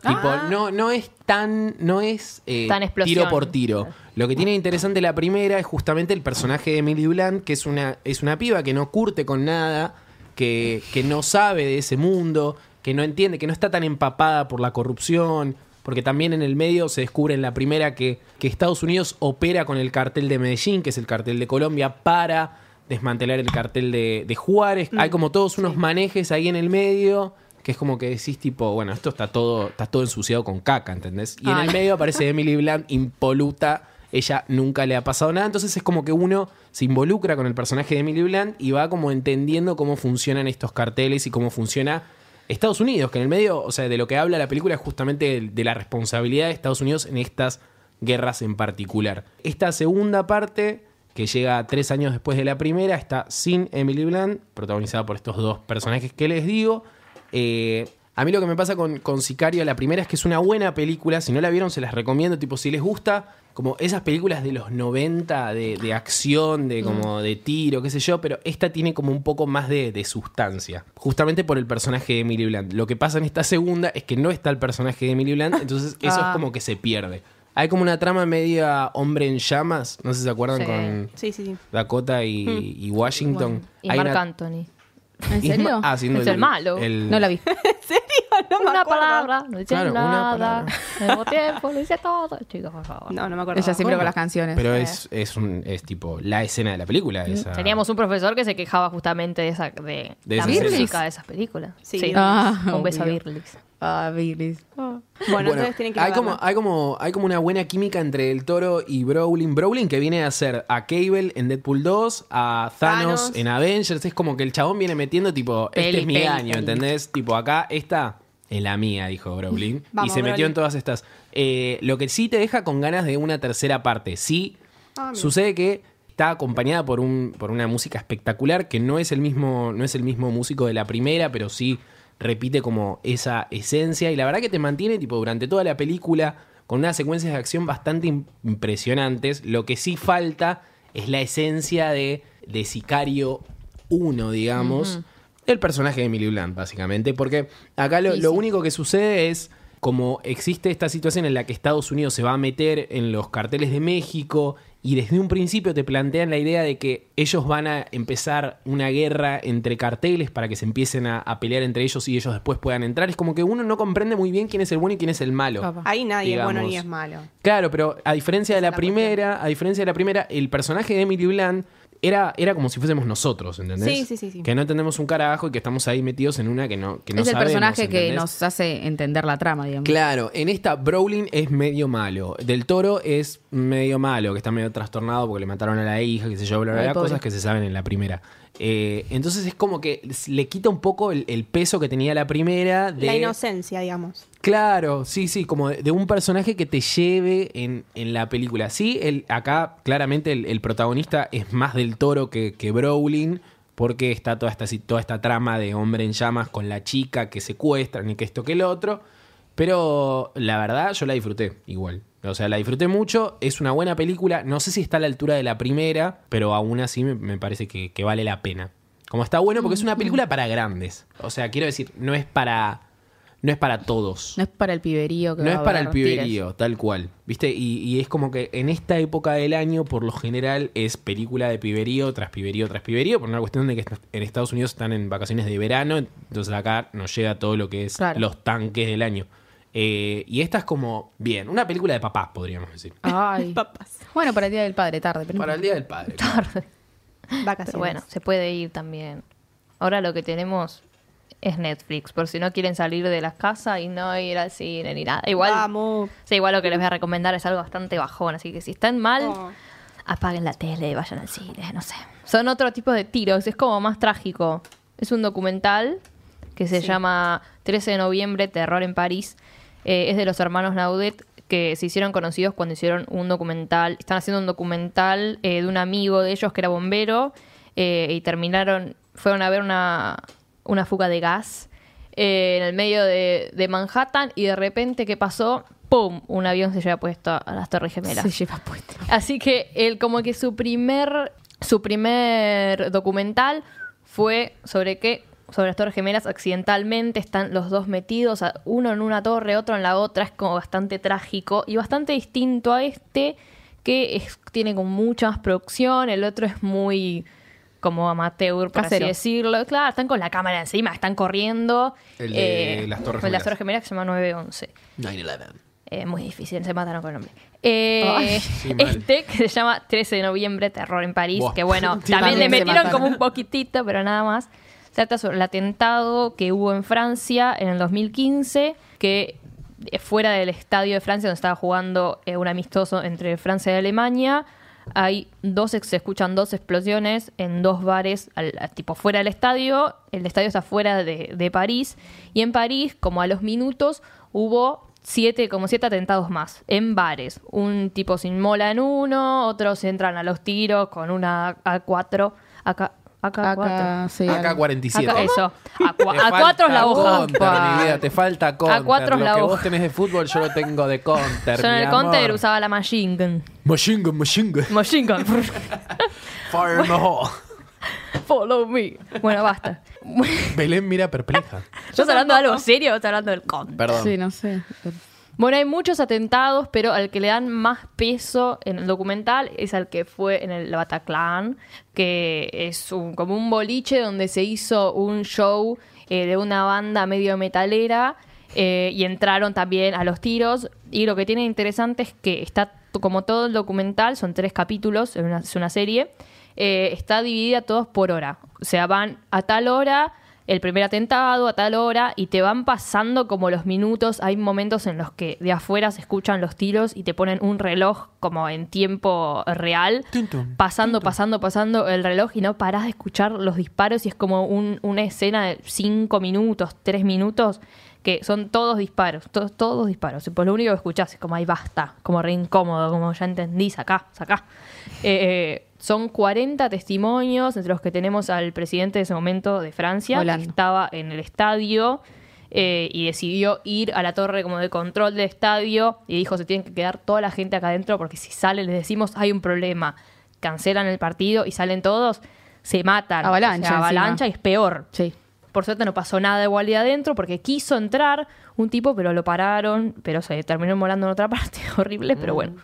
S1: Tipo, no, no es tan, no es eh,
S4: Tan explosión.
S1: tiro por tiro. Lo que tiene de interesante la primera es justamente el personaje de Emily Blunt, que es una, es una piba que no curte con nada, que, que no sabe de ese mundo, que no entiende, que no está tan empapada por la corrupción. Porque también en el medio se descubre en la primera que, que Estados Unidos opera con el cartel de Medellín, que es el cartel de Colombia, para desmantelar el cartel de, de Juárez. Hay
S4: Mm.
S1: como todos unos manejes ahí en el medio, que es como que decís tipo, bueno, esto está todo, está todo ensuciado con caca, ¿entendés? Y en el
S2: Ay.
S1: medio aparece Emily Blunt impoluta, ella nunca le ha pasado nada, entonces es como que uno se involucra con el personaje de Emily Blunt y va como entendiendo cómo funcionan estos carteles y cómo funciona Estados Unidos, que en el medio, o sea, de lo que habla la película es justamente de, de la responsabilidad de Estados Unidos en estas guerras en particular. Esta segunda parte, que llega tres años después de la primera, está sin Emily Blunt, protagonizada por estos dos personajes que les digo. Eh, a mí lo que me pasa con, con Sicario, la primera es que es una buena película. Si no la vieron, se las recomiendo. Tipo, si les gusta, como esas películas de los 90 de, de acción, de como
S4: Mm.
S1: de tiro, qué sé yo, pero esta tiene como un poco más de, de sustancia. Justamente por el personaje de Emily Blunt. Lo que pasa en esta segunda es que no está el personaje de Emily Blunt, entonces eso
S4: Ah.
S1: es como que se pierde. Hay como una trama media hombre en llamas, no sé si se acuerdan
S4: Sí. Hmm.
S1: con
S3: Sí, sí, sí.
S1: Dakota y, y Washington.
S4: Y
S1: Hay
S4: Marc
S1: una-
S4: Anthony.
S1: Isma-
S2: ¿En serio?
S1: Ah, sí, no,
S4: Es el malo.
S2: No la vi.
S3: No me
S4: una
S3: acuerdo.
S4: palabra, no dice
S1: Claro, una
S4: nada.
S1: palabra.
S4: Al mismo tiempo, lo dice todo. Chicos, por favor.
S3: No, no me acuerdo.
S2: Ella siempre
S1: ¿Cómo?
S2: con las canciones.
S1: Pero es, es, un, es tipo la escena de la película. Esa.
S4: Teníamos un profesor que se quejaba justamente de, esa, de,
S1: De
S4: la
S1: esas
S4: música
S1: escenas.
S4: de esas películas.
S3: Sí.
S2: Ah,
S4: un beso a
S2: obvio.
S4: Birlix.
S2: Ah, Billis.
S3: Bueno,
S1: Bueno,
S3: entonces tienen que ir a
S1: hay, como,
S3: verla.
S1: hay, como, hay como una buena química entre el toro y Brolin. Brolin que viene a hacer a Cable en Deadpool 2, a Thanos,
S3: Thanos.
S1: en Avengers. Es como que el chabón viene metiendo tipo, este
S4: Peli,
S1: es mi
S4: peli,
S1: año,
S4: peli.
S1: ¿entendés? Tipo, acá esta es la mía, dijo Brolin. y
S3: Vamos,
S1: se metió
S3: Brolin.
S1: en todas estas. Eh, lo que sí te deja con ganas de una tercera parte. Sí,
S3: Ah, mira.
S1: sucede que está acompañada por, un, por una música espectacular que no es, el mismo, no es el mismo músico de la primera, pero sí repite como esa esencia y la verdad que te mantiene tipo durante toda la película con unas secuencias de acción bastante im- impresionantes. Lo que sí falta es la esencia de, de Sicario 1, digamos. El personaje de Emily Blunt, básicamente, porque acá lo,
S4: Sí,
S1: lo
S4: sí.
S1: único que sucede es como existe esta situación en la que Estados Unidos se va a meter en los carteles de México y desde un principio te plantean la idea de que ellos van a empezar una guerra entre carteles para que se empiecen a, a pelear entre ellos y ellos después puedan entrar. Es como que uno no comprende muy bien quién es el bueno y quién es el malo.
S4: Papá.
S3: Ahí nadie es bueno
S1: Digamos.
S3: ni es malo.
S1: Claro, pero a diferencia de la,
S3: la
S1: primera, a diferencia de la primera, el personaje de Emily Blunt era, era como si fuésemos nosotros, ¿entendés?
S3: Sí, sí, sí, sí.
S1: Que no entendemos un carajo y que estamos ahí metidos en una que no, que no
S2: es el
S1: sabemos,
S2: personaje que
S1: ¿entendés?
S2: nos hace entender la trama, digamos.
S1: Claro, en esta Brolin es medio malo. Del Toro es medio malo, que está medio trastornado porque le mataron a la hija, que se yo, bla, bla,
S2: Ay,
S1: bla,
S2: pobre.
S1: cosas que se saben en la primera. Eh, entonces es como que le quita un poco el, el peso que tenía la primera de
S3: La inocencia, digamos.
S1: Claro, sí, sí, como de, de un personaje que te lleve en, en la película. Sí, el, acá claramente el, el protagonista es más del toro que, que Brolin, porque está toda esta, si- toda esta trama de hombre en llamas con la chica que secuestran y que esto que el otro. Pero la verdad, yo la disfruté igual. O sea, la disfruté mucho, es una buena película, no sé si está a la altura de la primera, pero aún así me, me parece que, que vale la pena. Como está bueno, porque es una película para grandes. O sea, quiero decir, no es para... No es para todos.
S2: No es para el piberío que
S1: No
S2: va
S1: es
S2: a
S1: para el
S2: ver tires.
S1: piberío, tal cual. ¿Viste? Y, y es como que en esta época del año, por lo general, es película de piberío tras piberío tras piberío, por una cuestión de que est- en Estados Unidos están en vacaciones de verano, entonces acá nos llega todo lo que es
S2: Claro.
S1: los tanques del año. Eh, y esta es como, bien, una película de papás, podríamos decir.
S2: Ay.
S3: Papas.
S2: Bueno, para el Día del Padre, tarde. Pero no
S1: Para el Día del Padre. claro.
S3: Vacaciones.
S4: Pero bueno, se puede ir también. Ahora lo que tenemos es Netflix, por si no quieren salir de las casas y no ir al cine ni nada. Igual,
S3: Vamos.
S4: sí, igual lo que les voy a recomendar es algo bastante bajón, así que si están mal,
S3: Oh.
S4: apaguen la tele, vayan al cine, no sé. Son otro tipo de tiros, es como más trágico. Es un documental que se llama 13 de noviembre, Terror en París. Eh, es de los hermanos Naudet que se hicieron conocidos cuando hicieron un documental. Están haciendo un documental eh, de un amigo de ellos que era bombero eh, y terminaron, fueron a ver una, una fuga de gas eh, en el medio de, de Manhattan y de repente, ¿qué pasó? ¡Pum! Un avión se lleva puesto a las Torres Gemelas.
S2: se lleva puesto.
S4: Así que él como que su primer su primer documental fue sobre qué sobre las torres gemelas accidentalmente están los dos metidos, a- uno en una torre, otro en la otra, es como bastante trágico y bastante distinto a este que es- tiene como mucha más producción, el otro es muy como amateur, por
S2: Casero.
S4: así decirlo. Claro, están con la cámara encima, están corriendo.
S1: El de las Torres
S4: el de
S1: Gemelas.
S4: las Torres Gemelas que se llama 911.
S1: 9/11.
S4: Eh, muy difícil, se mataron con el nombre. Eh,
S2: Ay,
S1: sí, mal.
S4: este que se llama 13 de noviembre, Terror en París,
S1: Buah.
S4: que bueno,
S1: Sí,
S4: también le
S2: también se
S4: metieron
S2: mataron.
S4: como un poquitito, pero nada más. Se trata sobre el atentado que hubo en Francia en el 2015, que eh, fuera del estadio de Francia, donde estaba jugando eh, un amistoso entre Francia y Alemania, hay dos, ex- se escuchan dos explosiones en dos bares, al- a- tipo fuera del estadio. El estadio está fuera de, de París. Y en París, como a los minutos, hubo siete, como siete atentados más, en bares. Un tipo se inmola en uno, otros entran a los tiros con una A4, AK,
S2: Acá,
S4: AK4.
S2: sí,
S1: Acá
S2: algo.
S1: 47.
S4: AK, eso.
S1: Te
S4: A4
S1: falta
S4: es la hoja.
S1: Counter, mi vida, te falta counter.
S4: A4 es
S1: lo
S4: la
S1: que vos
S4: hoja.
S1: tenés de fútbol, yo lo tengo de counter.
S4: Yo en
S1: mi
S4: el
S1: amor.
S4: counter usaba la machine gun.
S1: Machine gun, machine gun.
S4: Machine gun.
S1: Fire in the hole.
S4: Follow me. Bueno, basta.
S1: Belén mira perpleja.
S4: ¿Estás hablando de algo serio o estás hablando del counter?
S1: Perdón.
S2: Sí, no sé.
S4: Bueno, hay muchos atentados, pero al que le dan más peso en el documental es al que fue en el Bataclan, que es un- como un boliche donde se hizo un show eh, de una banda medio metalera eh, y entraron también a los tiros. Y lo que tiene interesante es que está, t- como todo el documental, son tres capítulos, es una, es una serie, eh, está dividida todos por hora. O sea, van a tal hora el primer atentado a tal hora y te van pasando como los minutos. Hay momentos en los que de afuera se escuchan los tiros y te ponen un reloj como en tiempo real,
S1: Tum, tum,
S4: pasando, pasando, pasando el reloj y no parás de escuchar los disparos y es como un- una escena de cinco minutos, tres minutos, que son todos disparos, to- todos disparos. Y pues lo único que escuchás es como ahí basta, como re incómodo, como ya entendí, sacá, sacá. Eh, eh, Son 40 testimonios, entre los que tenemos al presidente de ese momento de Francia,
S2: Hollande.
S4: que estaba en el estadio eh, y decidió ir a la torre como de control del estadio y dijo, se tienen que quedar toda la gente acá adentro porque si sale, les decimos, hay un problema. Cancelan el partido y salen todos, se matan.
S2: Avalancha
S4: O sea, avalancha
S2: encima.
S4: y es peor.
S2: Sí.
S4: Por suerte no pasó nada igual ahí adentro porque quiso entrar un tipo, pero lo pararon, pero se terminó morando en otra parte. Horrible, pero bueno.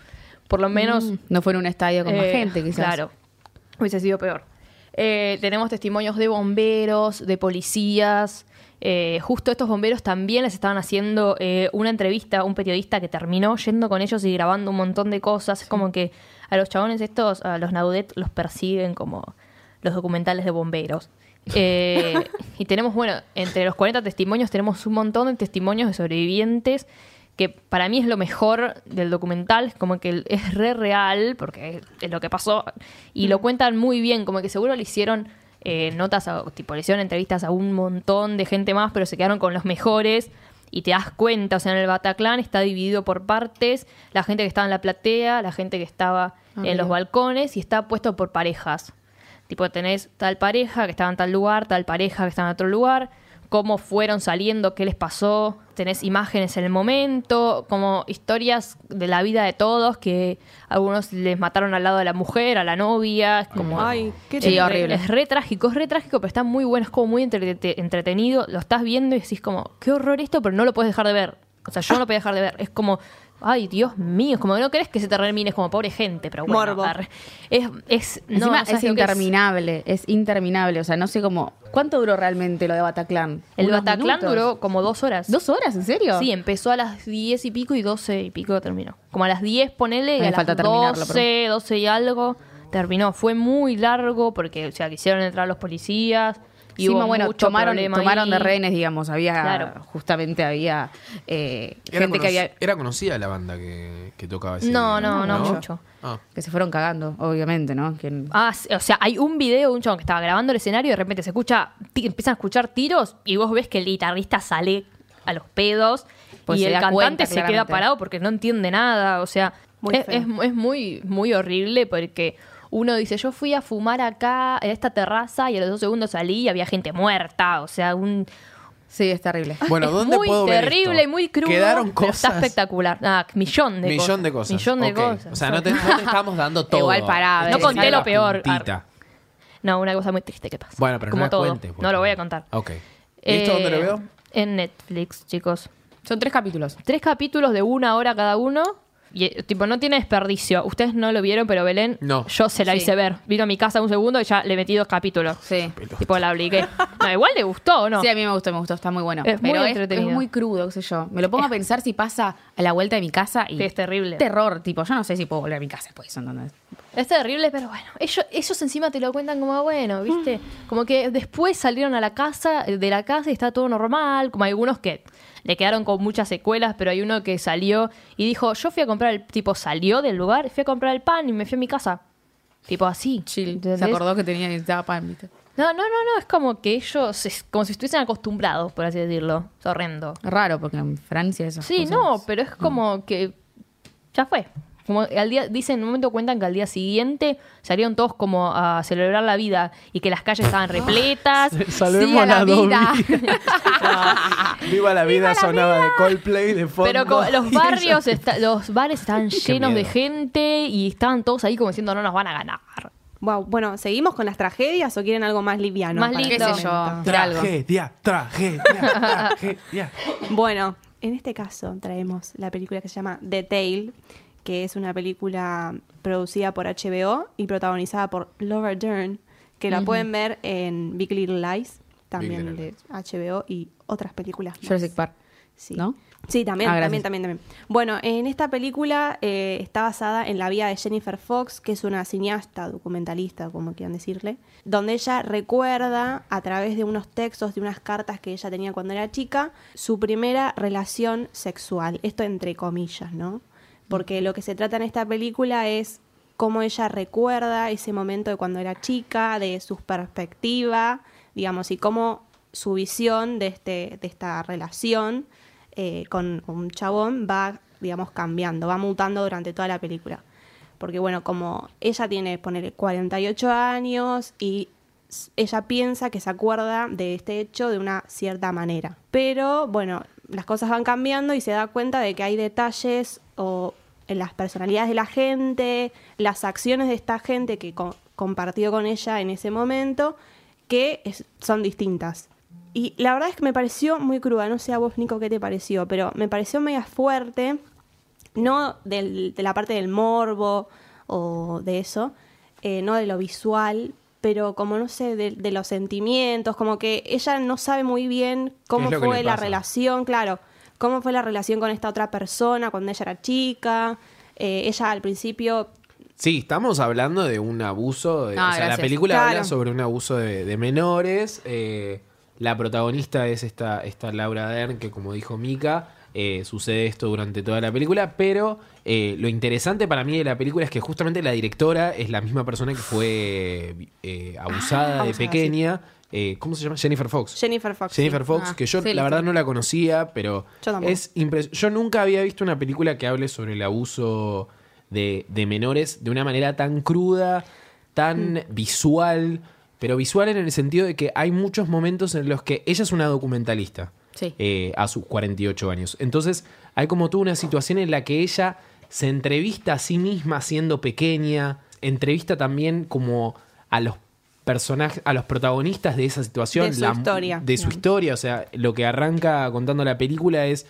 S4: Por lo menos
S2: Mm, No fue en un estadio con más
S4: eh,
S2: gente, quizás.
S4: Claro. Hubiese sido peor. Eh, tenemos testimonios de bomberos, de policías. Eh, justo estos bomberos también les estaban haciendo eh, una entrevista a un periodista que terminó yendo con ellos y grabando un montón de cosas. Es Como que a los chabones estos, a los Naudet, los persiguen como los documentales de bomberos. Eh, y tenemos, bueno, entre los 40 testimonios tenemos un montón de testimonios de sobrevivientes que para mí es lo mejor del documental, es como que es re real, porque es, es lo que pasó, y
S2: Mm.
S4: lo cuentan muy bien, como que seguro le hicieron eh, notas, a- tipo, le hicieron entrevistas a un montón de gente más, pero se quedaron con los mejores, y te das cuenta, o sea, en el Bataclan está dividido por partes, la gente que estaba en la platea, la gente que
S2: Ah,
S4: estaba en
S2: mira.
S4: los balcones, y está puesto por parejas. Tipo, tenés tal pareja que estaba en tal lugar, tal pareja que estaba en otro lugar, cómo fueron saliendo, qué les pasó, tenés imágenes en el momento, como historias de la vida de todos, que algunos les mataron al lado de la mujer, a la novia, es como...
S3: Ay, qué
S2: Sí,
S4: es re-
S2: horrible.
S4: Es re trágico, es re trágico, pero está muy bueno, es como muy entrete- entretenido, lo estás viendo y decís como, qué horror esto, pero no lo puedes dejar de ver. O sea, yo no lo podía dejar de ver, es como... Ay, Dios mío, es como que no crees que se te termine, es como pobre gente, pero bueno,
S3: Morbo.
S4: arre. es, es, no,
S2: Encima
S4: no sabes
S2: es
S4: lo que es.
S2: interminable, es. interminable. O sea, no sé cómo. ¿Cuánto duró realmente lo de Bataclan?
S4: El
S2: ¿Unos
S4: Bataclan
S2: minutos?
S4: duró como dos horas.
S2: ¿Dos horas? ¿En serio?
S4: Sí, empezó a las 10 y pico y 12 y pico terminó. Como a las 10, ponele, y
S2: Me
S4: a
S2: falta
S4: las
S2: terminarlo,
S4: 12, 12 y algo, terminó. Fue muy largo porque, o sea, quisieron entrar los policías y
S2: Encima,
S4: hubo
S2: bueno,
S4: mucho
S2: tomaron,
S4: problema
S2: tomaron de
S4: ahí.
S2: rehenes, digamos. Había,
S4: Claro.
S2: justamente había eh,
S5: Era,
S2: gente que,
S5: conoci-
S2: había,
S5: era conocida la banda que, que tocaba ese
S4: No,
S5: día,
S4: no, no,
S2: No.
S4: mucho.
S5: Ah.
S2: que se fueron cagando, obviamente, ¿no? Que-
S4: Ah, sí, o sea, hay un video de un chabón que estaba grabando el escenario y de repente se escucha, ti- empiezan a escuchar tiros y vos ves que el guitarrista sale a los pedos
S2: Pues
S4: y
S2: se
S4: el
S2: da
S4: cantante
S2: cuenta,
S4: se queda
S2: claramente.
S4: parado porque no entiende nada. O sea,
S3: Muy
S4: es,
S3: feo.
S4: es- es muy, muy horrible porque uno dice, yo fui a fumar acá, en esta terraza, y a los dos segundos salí y había gente muerta. O sea, un...
S2: Sí, es terrible.
S5: Bueno,
S4: es
S5: ¿dónde
S4: muy
S5: puedo ver
S4: terrible
S5: esto?
S4: y muy crudo.
S5: Quedaron
S4: pero
S5: cosas.
S4: Está espectacular. Ah, millón de
S5: Millón
S4: cosas.
S5: de cosas.
S4: Millón de
S5: Ok.
S4: cosas.
S5: O sea, no te, no te estamos dando todo.
S2: Igual pará, a ver.
S4: No conté
S5: Sale
S4: lo
S5: la
S4: peor.
S5: puntita.
S4: No, una cosa muy triste que pasa.
S5: Bueno, pero
S4: Como
S5: no la
S4: todo.
S5: cuentes, por
S4: No lo
S5: favor.
S4: voy a contar.
S5: Ok. ¿Y esto
S4: Eh,
S5: dónde lo veo?
S4: En Netflix, chicos.
S2: Son tres capítulos.
S4: Tres capítulos de una hora cada uno. Y, eh, tipo, no tiene desperdicio. Ustedes no lo vieron, pero Belén,
S5: No.
S4: yo se la
S2: Sí.
S4: hice ver. Vino a mi casa un segundo y ya le metí dos capítulos.
S2: Sí.
S4: Tipo, la obligué. No, igual le gustó, ¿o no?
S2: Sí, a mí me gustó, me gustó, está muy bueno.
S4: Es muy
S2: Pero
S4: entretenido.
S2: Es muy crudo, qué sé yo. Me lo pongo a pensar si pasa a la vuelta de mi casa y.
S4: Sí, es terrible.
S2: Terror, tipo, yo no sé si puedo volver a mi casa después, ¿entendés?
S4: Es terrible, pero bueno. Ellos, ellos encima te lo cuentan como, bueno, ¿viste? Como que después salieron a la casa, de la casa y está todo normal. Como algunos que le quedaron con muchas secuelas, pero hay uno que salió y dijo, yo fui a comprar el, tipo, salió del lugar, fui a comprar el pan y me fui a mi casa. Tipo así. ¿entendés?
S2: Se acordó que tenía necesitaba pan, ¿viste?
S4: No, no, no, no. Es como que ellos, es como si estuviesen acostumbrados, por así decirlo. Es horrendo.
S2: Raro, porque en Francia eso.
S4: Sí, no, pero es como que ya fue. Como al día, dicen, en un momento cuentan que al día siguiente salieron todos como a celebrar la vida y que las calles estaban repletas.
S2: Salvemos a la vida.
S5: Viva la vida sonaba de Coldplay de fondo.
S4: Pero como los barrios, esta- los bares estaban llenos de
S5: miedo.
S4: gente y estaban todos ahí como diciendo no nos van a ganar.
S3: Wow, bueno, ¿seguimos con las tragedias o quieren algo más liviano?
S4: Más
S3: para
S4: lindo.
S3: este
S4: Qué sé yo.
S3: momento?
S2: algo.
S5: Tragedia, tragedia, tragedia.
S3: Bueno, en este caso traemos la película que se llama The Tale, que es una película producida por HBO y protagonizada por Laura Dern, que la pueden ver en Big Little Lies, también
S5: Little
S3: de HBO y otras películas. más.
S2: Jurassic Park.
S3: Sí.
S2: ¿No?
S3: Sí, también,
S2: Ah,
S3: también,
S2: gracias.
S3: también, también. Bueno, en esta película eh, está basada en la vida de Jennifer Fox, que es una cineasta, documentalista, como quieran decirle, donde ella recuerda a través de unos textos, de unas cartas que ella tenía cuando era chica, su primera relación sexual. Esto entre comillas, ¿no? Porque lo que se trata en esta película es cómo ella recuerda ese momento de cuando era chica, de su perspectiva, digamos, y cómo su visión de, este, de esta relación eh, con un chabón va, digamos, cambiando, va mutando durante toda la película. Porque bueno, como ella tiene, ponele, 48 años y s- ella piensa que se acuerda de este hecho de una cierta manera. Pero bueno, las cosas van cambiando y se da cuenta de que hay detalles o en las personalidades de la gente, las acciones de esta gente que co- compartió con ella en ese momento, que es- son distintas. Y la verdad es que me pareció muy cruda, no sé a vos, Nico, qué te pareció, pero me pareció media fuerte, no del- de la parte del morbo o de eso, eh, no de lo visual, pero como no sé, de, de los sentimientos, como que ella no sabe muy bien cómo
S6: es lo que
S3: fue
S6: le
S3: la
S6: pasa?
S3: relación relación, claro, cómo fue la relación con esta otra persona cuando ella era chica. Eh, ella al principio,
S1: Sí, estamos hablando de un abuso. de-
S2: Ah,
S1: o sea, la
S2: gracias.
S1: película
S3: Claro.
S1: habla sobre un abuso de, de menores. eh, la protagonista es esta, esta Laura Dern, que como dijo Mika, eh, sucede esto durante toda la película. Pero eh, lo interesante para mí de la película es que justamente la directora es la misma persona que fue eh, abusada de
S3: abusada, sí.
S1: pequeña. Eh, ¿Cómo se llama? Jennifer Fox.
S3: Jennifer Fox.
S1: Jennifer
S3: sí.
S1: Fox,
S2: Ah,
S1: que yo
S2: sí,
S1: la
S2: lo
S1: verdad
S2: tengo.
S1: no la conocía, pero
S3: Yo tampoco.
S1: es impres- Yo nunca había visto una película que hable sobre el abuso de, de menores de una manera tan cruda, tan visual, pero visual en el sentido de que hay muchos momentos en los que ella es una documentalista
S2: Sí.
S1: eh, a sus 48 años. Entonces, hay como toda una situación en la que ella se entrevista a sí misma siendo pequeña, entrevista también como a los personajes, a los protagonistas de esa situación,
S3: De su
S1: la-
S3: historia.
S1: de su historia, o sea, lo que arranca contando la película es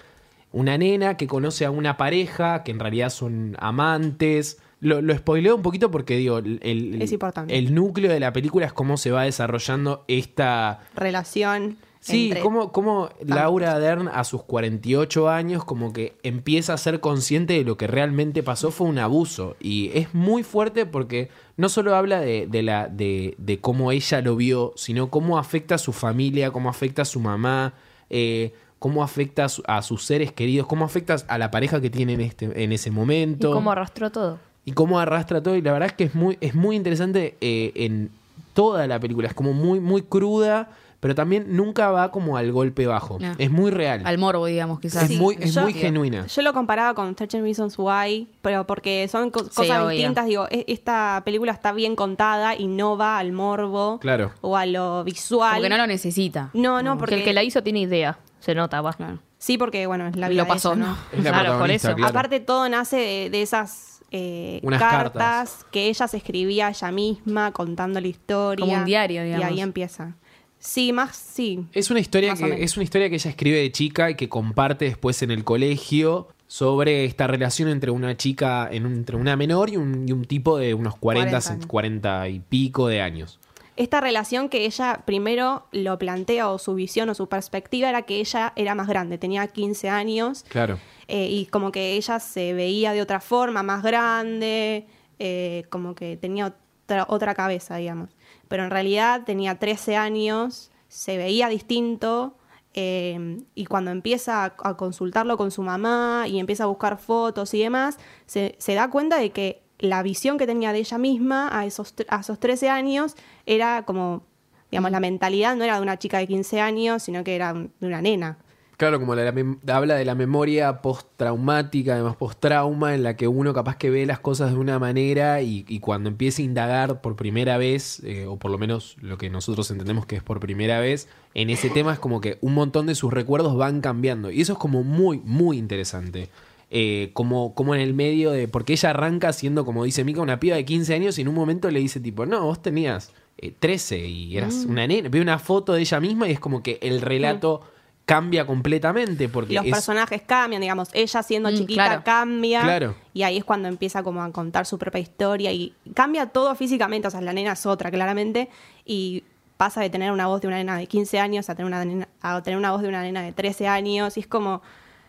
S1: una nena que conoce a una pareja que en realidad son amantes. Lo, lo spoileo un poquito porque digo, el, el-
S3: Es importante.
S1: el núcleo de la película es cómo se va desarrollando esta,
S3: Relación.
S1: Sí,
S3: entre-
S1: como, como Laura Dern a sus 48 años como que empieza a ser consciente de lo que realmente pasó fue un abuso. Y es muy fuerte porque no solo habla de, de la, de, de cómo ella lo vio, sino cómo afecta a su familia, cómo afecta a su mamá, eh, cómo afecta a, su- a sus seres queridos, cómo afecta a la pareja que tiene en, este, en ese
S4: Y
S1: momento
S4: cómo arrastró todo.
S1: y cómo arrastra todo. Y la verdad es que es muy, es muy interesante eh, en toda la película. Es como muy, muy cruda, pero también nunca va como al golpe bajo.
S2: No.
S1: Es muy real.
S2: Al morbo, digamos, quizás.
S1: es muy, es
S3: yo-
S1: muy genuina.
S3: Yo lo comparaba con 13 Reasons Why, pero porque son co-
S2: Sí,
S3: cosas
S2: obvio.
S3: distintas. Digo, e- esta película está bien contada y no va al morbo
S1: Claro.
S3: o a lo visual.
S2: Porque no lo necesita.
S3: no, no,
S4: Porque
S3: porque
S4: el que la hizo tiene idea. Se nota, va.
S2: Claro.
S3: Sí, porque bueno, es la
S2: Lo
S3: vida de
S2: pasó,
S3: ella,
S2: ¿no?
S1: Es la
S4: Claro, por
S1: protagonista,
S4: eso.
S1: claro.
S3: Aparte, todo nace de, de esas eh,
S1: Unas
S3: cartas,
S1: cartas.
S3: que ella se escribía ella misma contando la historia.
S2: Como un diario, digamos.
S3: Y ahí empieza. Sí, más sí.
S1: Es una historia
S3: Más o
S1: que
S3: menos.
S1: es una historia que ella escribe de chica y que comparte después en el colegio sobre esta relación entre una chica, en un- entre una menor y un, y un tipo de unos 40,
S3: 40 años.
S1: 40 y pico de años.
S3: Esta relación que ella primero lo plantea, o su visión, o su perspectiva, era que ella era más grande, tenía 15 años.
S1: Claro.
S3: Eh, y como que ella se veía de otra forma, más grande, eh, como que tenía otra, otra cabeza, digamos. Pero en realidad tenía 13 años, se veía distinto. eh, y cuando empieza a, a consultarlo con su mamá y empieza a buscar fotos y demás, se, se da cuenta de que la visión que tenía de ella misma a esos, tre- a esos 13 años era como, digamos, la mentalidad no era de una chica de 15 años, sino que era un- de una nena.
S1: Claro, como la- la mem- habla de la memoria postraumática, además postrauma, en la que uno capaz que ve las cosas de una manera y, y cuando empieza a indagar por primera vez, eh, o por lo menos lo que nosotros entendemos que es por primera vez, en ese tema es como que un montón de sus recuerdos van cambiando. Y eso es como muy, muy interesante. Eh, como, como en el medio de. Porque ella arranca siendo, como dice Mika, una piba de 15 años y en un momento le dice, tipo, no, vos tenías eh, 13 y eras una nena. Ve una foto de ella misma y es como que el relato cambia completamente porque
S3: los
S1: es-
S3: personajes cambian, digamos, ella siendo
S2: Mm,
S3: chiquita
S2: claro.
S3: cambia.
S1: Claro.
S3: Y ahí es cuando empieza como a contar su propia historia y cambia todo físicamente, o sea, la nena es otra, claramente, y pasa de tener una voz de una nena de 15 años a tener una, nena- a tener una voz de una nena de 13 años, y es como,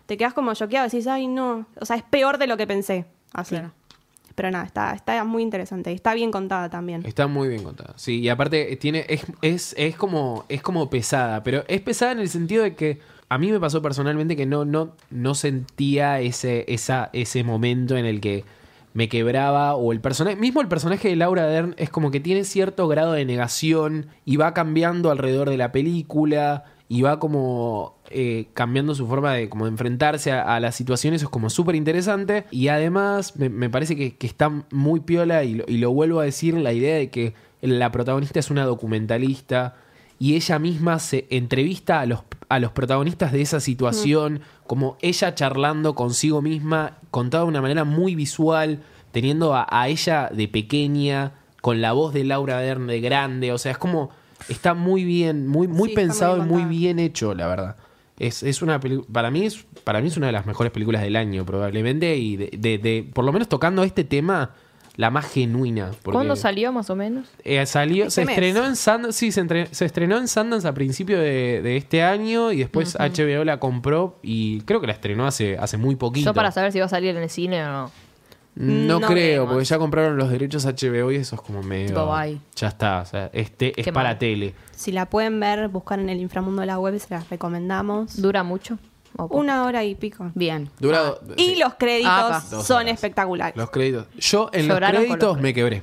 S3: te quedas como choqueado, decís, ay no, o sea, es peor de lo que pensé, así.
S2: Claro.
S3: Pero nada, está, está muy interesante, y está bien contada también.
S1: está muy bien contada. Sí, y aparte eh, tiene es, es, es como es como pesada, pero es pesada en el sentido de que a mí me pasó personalmente que no no no sentía ese esa ese momento en el que me quebraba o el personaje mismo el personaje de Laura Dern es como que tiene cierto grado de negación y va cambiando alrededor de la película y va como eh, cambiando su forma de, como de enfrentarse a, a las situaciones. Eso es como súper interesante. Y además me, me parece que, que está muy piola y lo, y lo vuelvo a decir, la idea de que la protagonista es una documentalista y ella misma se entrevista a los, a los protagonistas de esa situación, como ella charlando consigo misma, contada de una manera muy visual, teniendo a, a ella de pequeña, con la voz de Laura Dern de grande, o sea, es como, está muy bien, muy, muy
S3: Sí, está muy
S1: pensado
S3: bien
S1: y muy
S3: contada.
S1: bien hecho, la verdad. Es, es una peli- para mí es para mí es una de las mejores películas del año probablemente y de, de- de- por lo menos tocando este tema la más genuina porque-
S4: ¿Cuándo salió más o menos?
S1: eh, salió,
S3: Este
S1: se
S3: mes.
S1: estrenó en Sundance, sí, se, entre- se estrenó en Sundance a principio de, de este año y después HBO la compró y creo que la estrenó hace, hace muy poquito.
S4: Yo para saber si va a salir en el cine o no.
S1: no,
S3: No
S1: creo,
S4: vemos.
S1: porque ya compraron los derechos HBO y eso es como medio.
S4: Tipo, bye.
S1: Ya está, o sea, este es
S4: Qué
S1: para
S4: mal.
S1: tele.
S3: Si la pueden ver, buscan en el inframundo de la web, se las recomendamos.
S4: ¿Dura mucho? ¿O poco?
S3: Una hora y pico.
S2: Bien.
S1: Durado.
S4: Ah,
S3: Y los créditos
S2: Apa.
S1: Dos
S3: son
S1: horas.
S3: espectaculares.
S1: Los créditos. Yo en los
S4: Lloraron con los
S1: créditos me quebré.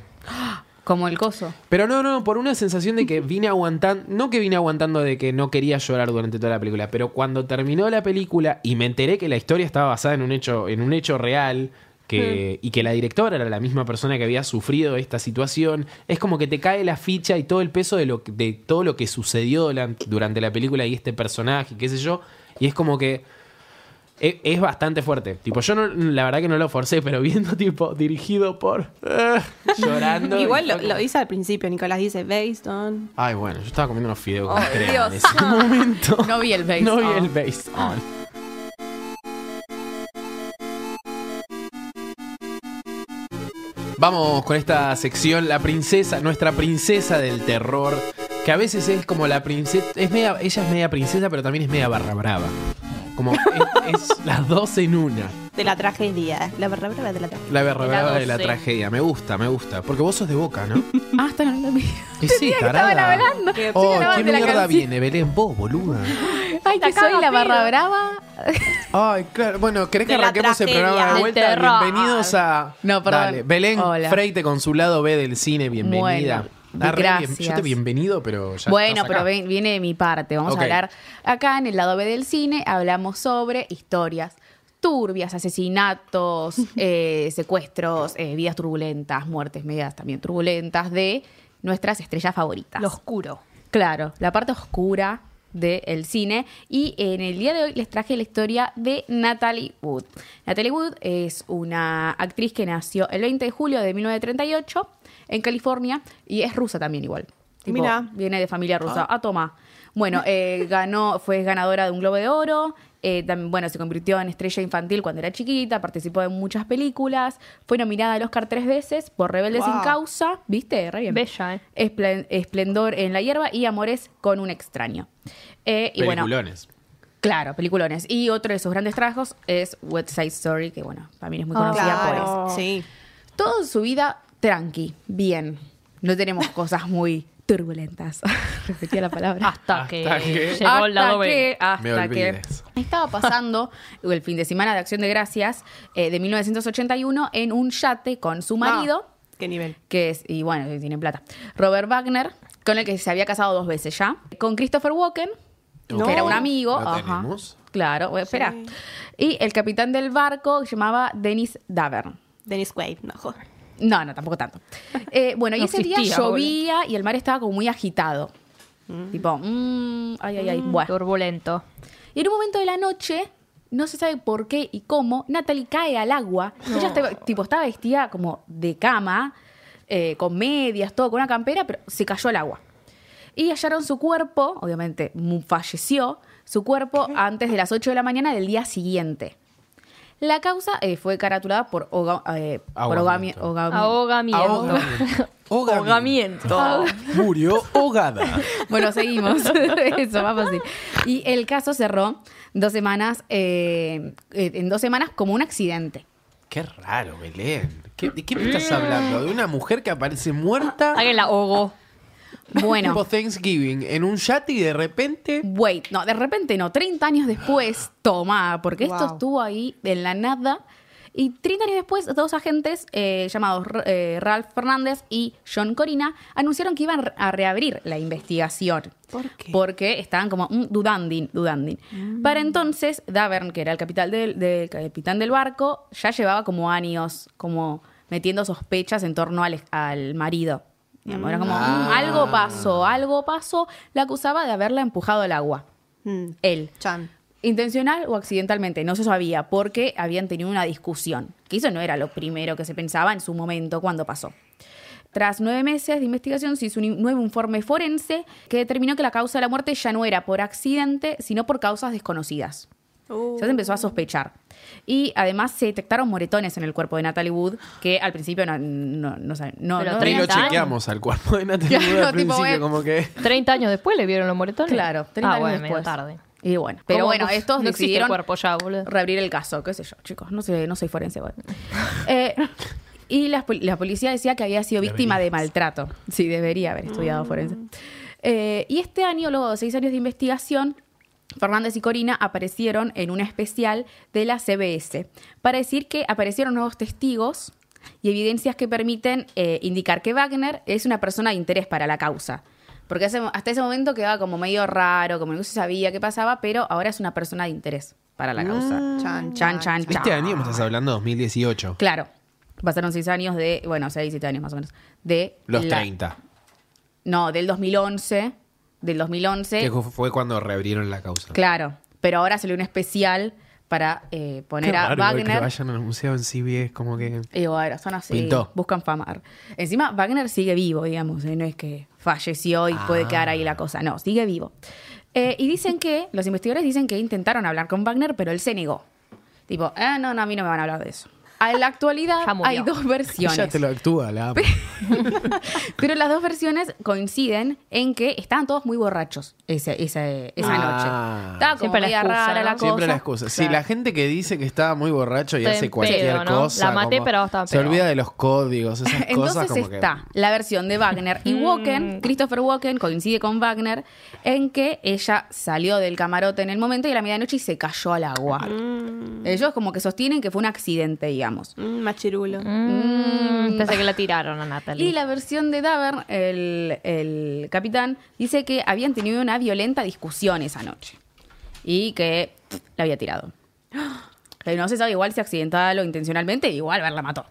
S2: Como el coso.
S1: Pero no, no, por una sensación de que vine aguantando, no que vine aguantando de que no quería llorar durante toda la película, pero cuando terminó la película y me enteré que la historia estaba basada en un hecho, en un hecho real, que,
S3: Hmm.
S1: y que la directora era la misma persona que había sufrido esta situación, es como que te cae la ficha y todo el peso de, lo, que- de todo lo que sucedió duran- durante la película y este personaje, qué sé yo, y es como que... Es, es bastante fuerte. Tipo, yo no, la verdad que no lo forcé, pero viendo, tipo, dirigido por. eh, llorando.
S3: Igual
S1: y
S3: lo,
S1: fue como-
S3: lo dice al principio, Nicolás dice based on.
S1: Ay, bueno, yo estaba comiendo unos fideos con
S2: Oh,
S3: Ay,
S1: crema
S3: Dios.
S1: en ese momento.
S2: No vi el base.
S1: No vi
S2: Oh.
S1: el based on. Vamos con esta sección, la princesa, nuestra princesa del terror, que a veces es como la princesa, es media, ella es media princesa, pero también es media barra brava. Como es, es las dos en una.
S3: De la tragedia. La barra brava de la tragedia.
S1: La barra
S4: La
S1: brava de la
S4: doce.
S1: tragedia. Me gusta, me gusta. Porque vos sos de boca, ¿no?
S2: Ah, están hablando de mí.
S1: Y sí, tarada.
S2: Estaban hablando.
S3: Que-
S1: Oh,
S2: Sí, hablaban
S1: ¿qué
S2: de la
S1: mierda
S2: canción.
S1: viene, Belén? Vos, boluda.
S2: Ay, que
S4: La
S2: soy
S4: caga
S2: la
S4: pedo.
S2: barra brava.
S1: Ay, claro. Bueno, ¿querés que
S3: De la
S1: arranquemos el
S3: tragedia.
S1: programa de
S4: Del
S1: vuelta?
S4: terror.
S1: Bienvenidos a.
S2: No, perdón.
S1: Dale. Belén
S2: Hola.
S1: Freite con su lado B del cine, bienvenida.
S2: Bueno,
S1: Ah, re bien. Yo
S2: gracias.
S1: te bienvenido, pero ya.
S2: bueno,
S1: estás acá.
S2: pero ven- viene de mi parte. Vamos
S1: Ok.
S2: a hablar acá en el lado B del cine. Hablamos sobre historias turbias, asesinatos, eh, secuestros, eh, vidas turbulentas, muertes medias también turbulentas de nuestras estrellas favoritas.
S4: Lo oscuro.
S2: Claro, la parte oscura del cine. Y en el día de hoy les traje la historia de Natalie Wood. Natalie Wood es una actriz que nació el 20 de julio de 1938 en California y es rusa también igual. Tipo,
S3: Mirá.
S2: Viene de familia rusa. Ah, toma. Bueno, eh, ganó, fue ganadora de un Globo de Oro. eh, también, bueno, se convirtió en estrella infantil cuando era chiquita, participó en muchas películas, fue nominada al Oscar tres veces por Rebelde sin
S3: Wow.
S2: causa, ¿viste? Re bien.
S4: Bella, ¿eh?
S2: Esplen- Esplendor en la hierba y Amores con un extraño. Eh, y bueno,
S1: Peliculones.
S2: claro, peliculones. Y otro de sus grandes trabajos es West Side Story, que bueno, también es muy
S4: Ah,
S2: conocida por eso.
S4: claro.
S3: Sí.
S2: Todo en su vida tranqui, bien. No tenemos cosas muy turbulentas. Repetía la palabra.
S4: Hasta, que,
S1: Hasta que-
S4: Ah, llegó el lado B.
S2: que, hasta
S1: Me
S2: que
S1: olvides.
S2: estaba pasando el fin de semana de Acción de Gracias eh, de 1981 en un yate con su marido
S3: No, Ah, ¿Qué nivel?
S2: que es, y bueno, que tiene plata. Robert Wagner, con el que se había casado dos veces ya. Con Christopher Walken,
S3: No.
S2: que era un amigo.
S1: ¿Lo
S2: ajá.
S1: tenemos?
S2: Claro, bueno, espera.
S3: Sí.
S2: Y el capitán del barco que se llamaba Dennis Davern.
S3: Dennis Quaid, no joder.
S2: No, no, tampoco tanto. Eh, bueno, y
S4: No
S2: ese día
S4: existía,
S2: llovía y el mar estaba como muy agitado. Tipo, mm, ay, ay, ay. Bueno.
S4: Turbulento.
S2: Y en un momento de la noche, no se sabe por qué y cómo, Natalie cae al agua. Ella estaba, tipo, estaba vestida como de cama, eh, con medias, todo, con una campera, pero se cayó al agua. Y hallaron su cuerpo, obviamente mu- falleció, su cuerpo antes de las 8 de la mañana del día siguiente. La causa eh, fue caratulada por, ahoga- eh, por ahogami-
S1: Ahogamiento.
S2: ahogami-
S4: Ahogamiento.
S1: Ahogamiento.
S4: Ahogamiento.
S2: Ah.
S1: Murió ahogada.
S2: Bueno, seguimos. Eso, más fácil. Y el caso cerró dos semanas, eh, eh, en dos semanas como un accidente.
S1: Qué raro, Belén. ¿Qué- ¿De qué me estás hablando? ¿De una mujer que aparece muerta?
S4: Alguien la ahogó.
S1: Tipo
S2: Bueno,
S1: Thanksgiving, en un yate y de repente.
S2: wait, no, de repente no, 30 años después, toma, porque esto
S3: Wow.
S2: estuvo ahí en la nada Y 30 años después, dos agentes eh, llamados R- eh, Ralph Fernández y John Corina anunciaron que iban a reabrir la investigación.
S3: ¿Por qué?
S2: Porque estaban como mm, dudandin, dudandin. Para entonces, Davern, que era el capital del, del capitán del barco, ya llevaba como años como metiendo sospechas en torno al, al marido. Digamos, Era como, mm, algo pasó, algo pasó. La acusaba de haberla empujado al agua.
S3: Mm.
S2: Él.
S3: Chan.
S2: Intencional o accidentalmente, no se sabía, porque habían tenido una discusión, que eso no era lo primero que se pensaba en su momento cuando pasó. Tras nueve meses de investigación se hizo un in- nuevo informe forense que determinó que la causa de la muerte ya no era por accidente, sino por causas desconocidas.
S3: Uh.
S2: Ya se empezó a sospechar. Y además se detectaron moretones en el cuerpo de Natalie Wood, que al principio no, no, no saben- no-
S4: Pero
S2: no-
S5: Ni lo
S4: 30 años.
S5: chequeamos al cuerpo de Natalie
S2: Claro,
S5: Wood al
S2: tipo,
S5: principio,
S2: eh.
S5: como que.
S4: 30 años después le vieron los moretones.
S2: Claro, 30
S4: ah,
S2: años
S4: bueno, medio
S2: después.
S4: tarde.
S2: Y bueno, pero
S4: ¿Cómo?
S2: bueno,
S4: Uf,
S2: estos
S4: no existe el
S2: decidieron
S4: cuerpo ya, boludo.
S2: reabrir el caso, qué sé yo, chicos, no sé, no soy forense. bueno. Eh, y la, la policía decía que había sido víctima de maltrato. Sí, debería haber estudiado forense. Eh, y este año, luego de seis años de investigación, Fernández y Corina aparecieron en un especial de la CBS para decir que aparecieron nuevos testigos y evidencias que permiten eh, indicar que Wagner es una persona de interés para la causa. Porque hace- hasta ese momento quedaba como medio raro, como no se sabía qué pasaba, pero ahora es una persona de interés para la causa.
S3: Chan,
S2: Chan, chan, chan.
S5: Este año me estás hablando de 2018.
S2: Claro. Pasaron seis años de, bueno, seis, siete años más o menos. De
S5: Los
S2: la-
S5: 30.
S2: No, del 2011. Del 2011.
S5: Que fue cuando reabrieron la causa.
S2: Claro. Pero ahora salió un especial para eh, poner
S5: Qué
S2: a
S5: raro que
S2: Wagner.
S5: vayan al museo en CBS, como que.
S2: Y bueno, son así.
S5: Pintó.
S2: Buscan fama. Encima, Wagner sigue vivo, digamos. ¿eh? No es que falleció y puede quedar ahí la
S5: Ah.
S2: cosa. No, sigue vivo. Eh, y dicen que, los investigadores dicen que intentaron hablar con Wagner, pero él se negó. Tipo, ah, no, no, a mí no me van a hablar de eso. A la actualidad
S4: Ya murió.
S2: hay dos versiones.
S5: Ya te lo actúa, la amo.
S2: Pero las dos versiones coinciden en que estaban todos muy borrachos ese, ese- esa
S5: Ah.
S2: noche. Estaba como
S4: Siempre la
S2: media
S4: excusa,
S2: rara la
S4: ¿no?
S2: cosa.
S5: Siempre la excusa. Si
S2: Claro.
S5: la gente que dice que estaba muy borracho y
S4: Estoy
S5: hace
S4: en
S5: cualquier
S4: pedo, ¿no?
S5: cosa.
S4: La maté,
S5: como-
S4: pero estaba en
S5: Se
S4: pedo.
S5: olvida de los códigos, esas cosas.
S2: Entonces
S5: como que- Mm.
S2: está la versión de Wagner y Walken, Christopher Walken coincide con Wagner en que ella salió del camarote en el momento y a la medianoche y se cayó al agua.
S5: Mm.
S2: Ellos como que sostienen que fue un accidente, digamos.
S3: Mm, machirulo.
S4: Mm, pensé que la tiraron a Natalie.
S2: Y la versión de Davern, el, el capitán, dice que habían tenido una violenta discusión esa noche y que pff, la había tirado. Que no se sabe igual si accidental o intencionalmente, igual Ver la mató.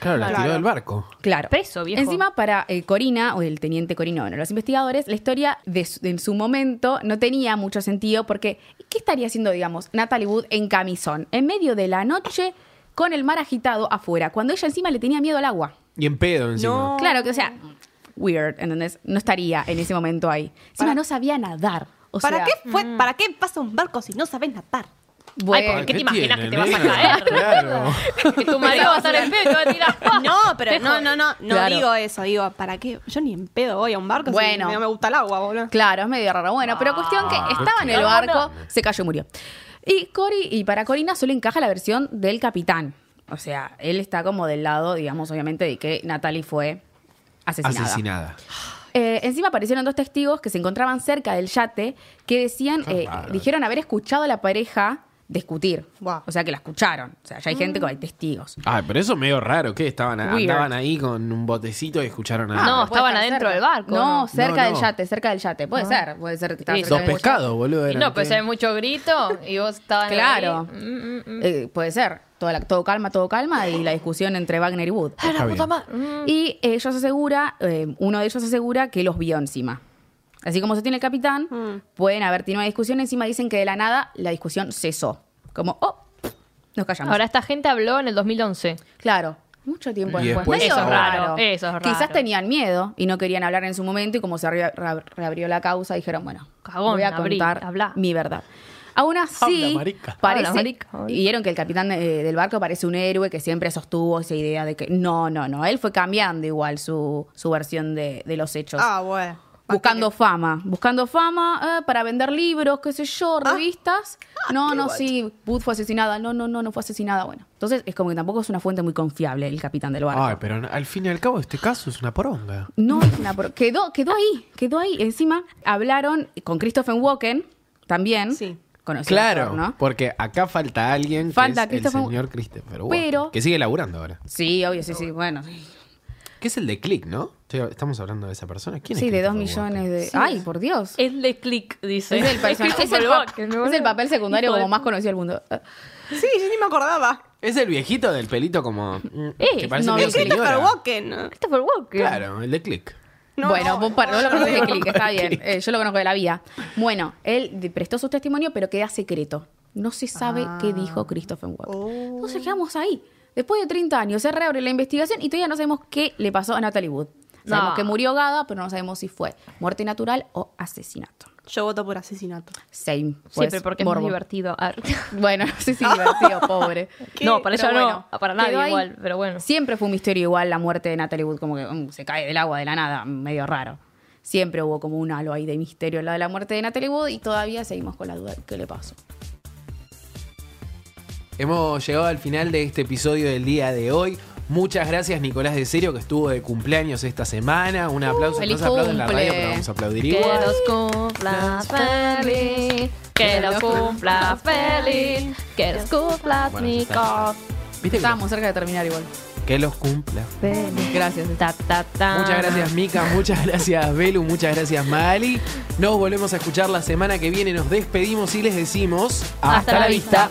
S5: Claro, la tiró
S3: Claro.
S5: del barco.
S2: Claro.
S4: Preso, viejo.
S2: Encima, para eh, Corina, o el teniente Corina, bueno, los investigadores, la historia de su- en su momento no tenía mucho sentido porque, ¿qué estaría haciendo, digamos, Natalie Wood en camisón, en medio de la noche, con el mar agitado afuera, cuando ella encima le tenía miedo al agua?
S5: Y en pedo encima.
S3: No.
S2: Claro que, o sea, weird, ¿entendés? No estaría en ese momento ahí. Encima
S3: Para-
S2: no sabía nadar. O
S3: ¿Para,
S2: sea,
S3: qué fue, ¿Para qué pasa un barco si no sabes nadar?
S2: bueno.
S4: Ay, ¿por qué te imaginas que te vas a
S5: Ah, tiene,
S4: caer?
S5: Claro.
S4: que tu marido va a estar en pedo y te va a tirar. ¡pua!
S3: No, pero
S4: Te
S3: no,
S4: jode.
S3: no, no, no
S2: Ah, Claro.
S3: digo eso, digo, ¿para qué? Yo ni en pedo voy a un barco
S2: Bueno.
S3: si no me gusta el agua, boludo.
S2: Claro, es medio raro. Bueno, pero cuestión que
S5: Ah.
S2: estaba en el barco, se cayó y murió. Y Cori, y para Corina solo encaja la versión del capitán. O sea, él está como del lado, digamos, obviamente, de que Natalie fue asesinada.
S5: Asesinada.
S2: Eh, encima aparecieron dos testigos que se encontraban cerca del yate que decían, eh, dijeron haber escuchado a la pareja discutir.
S3: Guau.
S2: O sea, que la escucharon. O sea, ya hay
S4: Mm.
S2: gente con hay testigos.
S5: Ay, Ah, pero eso es medio raro. ¿Qué? Estaban,
S2: Weird.
S5: andaban ahí con un botecito y escucharon a.
S4: No,
S2: puede
S4: estaban
S2: estar
S4: adentro
S2: cerca.
S4: del barco,
S2: No,
S4: ¿no? Ah.
S2: cerca
S5: Ah, No,
S2: del
S5: no.
S2: yate, cerca del yate. Puede ser, puede ser. que estaba
S4: Sí,
S2: cerca
S5: Dos
S2: del yate.
S5: pescados, boludo.
S4: Y
S5: eran,
S4: no, pues
S5: ¿qué?
S4: hay mucho grito y vos estabas
S2: Claro.
S4: ahí. Mm, mm, mm.
S2: Eh, puede ser. Todo, la- todo calma, todo calma y la discusión entre Wagner y Wood.
S5: Está bien.
S2: Y ellos asegura, eh, uno de ellos asegura que los vio encima. Así como se tiene el capitán, pueden haber tenido una discusión encima. Dicen que de la nada la discusión cesó. Como, oh, nos callamos.
S4: Ahora esta gente habló en el 2011.
S2: claro, mucho tiempo
S5: Y
S2: después.
S5: después-
S2: Medio
S5: Eso es
S4: raro, eso es
S2: Quizás
S4: raro.
S2: tenían miedo y no querían hablar en su momento. Y como se re- re- reabrió la causa, dijeron, bueno,
S4: Cagón,
S2: voy a
S4: abrí,
S2: contar
S4: habla.
S2: mi verdad. Aún así,
S5: Habla, marica.
S2: parece,
S4: Habla, marica, habla.
S2: y vieron que el capitán eh, del barco parece un héroe que siempre sostuvo esa idea de que no, no, no. Él fue cambiando igual su, su versión de, de los hechos.
S3: Ah, bueno.
S2: buscando fama, buscando fama eh, para vender libros, qué sé yo, revistas. no, no, sí, Booth fue asesinada. No, no, no, no fue asesinada. Bueno, entonces es como que tampoco es una fuente muy confiable el capitán del barco.
S5: Ay, pero al fin y al cabo, este caso es una poronga.
S2: No es una pro- quedó, quedó ahí, quedó ahí. Encima hablaron con Christopher Walken también.
S3: Sí.
S2: conocido
S1: Claro,
S2: mejor, ¿no?
S1: porque acá falta alguien
S2: Falta
S1: que es el
S2: Christopher-
S1: señor Christopher Walken,
S2: Pero-
S1: que sigue laburando ahora.
S2: Sí, obvio, sí, sí, bueno.
S1: Que es el de Click, ¿no? Estoy- Estamos hablando de esa persona. ¿Quién es
S2: Sí, de dos
S1: Christopher
S2: millones
S1: Walken?
S2: de... Ay, por Dios.
S7: Es de click, dice.
S2: Es el, personaje- es el pa- es el papel secundario como más conocido del mundo. Eh,
S3: Sí, yo ni me acordaba.
S1: Es el viejito del pelito como... mm,
S4: Eh,
S1: que parece
S2: no,
S1: medio
S2: es
S1: señora.
S3: Christopher Walken. No,
S4: Christopher Walken.
S1: Claro, el de Click.
S3: no,
S2: bueno,
S3: no,
S2: vos par- vos lo conoces de
S3: no.
S2: click, está bien. Eh, yo lo conozco de la vida. Bueno, él de- prestó su testimonio, pero queda secreto. No se sabe
S3: Ah.
S2: qué dijo Christopher Walken.
S3: Oh.
S2: Entonces quedamos ahí. Después de 30 años se reabre la investigación y todavía no sabemos qué le pasó a Natalie Wood. Sabemos
S4: No.
S2: que murió ahogada, pero no sabemos si fue muerte natural o asesinato.
S3: Yo voto por asesinato.
S2: Same. pues,
S4: Siempre porque es
S2: morbo.
S4: muy divertido. Ah,
S2: Bueno, no sé si divertido, pobre.
S3: ¿Qué?
S4: No, para ella
S2: Pero
S4: no,
S2: bueno,
S4: para
S2: quedó
S4: nadie
S2: ahí.
S4: igual, pero bueno.
S2: Siempre fue un misterio igual la muerte de Natalie Wood, como que mm, se cae del agua de la nada, mm, medio raro. Siempre hubo como un halo ahí de misterio en la de la muerte de Natalie Wood y todavía seguimos con la duda de qué le pasó.
S1: Hemos llegado al final de este episodio del día de hoy. Muchas gracias Nicolás de Serio que estuvo de cumpleaños esta semana. Un aplauso,
S2: Uh, feliz
S1: no se aplaude en la
S2: cumple.
S1: radio, pero vamos a aplaudir
S4: Que
S1: igual.
S4: los cumpla feliz. Que los cumpla feliz. Que los cumpla
S1: Bueno, ya está,
S4: Nico.
S1: ¿Viste que
S2: Estábamos cerca de terminar igual.
S1: los- que los cumpla.
S4: Feliz.
S2: Gracias.
S4: Ta, ta, ta.
S1: Muchas gracias Mica, muchas gracias Belu, muchas gracias Mali. Nos volvemos a escuchar la semana que viene, nos despedimos y les decimos
S4: Hasta la vista.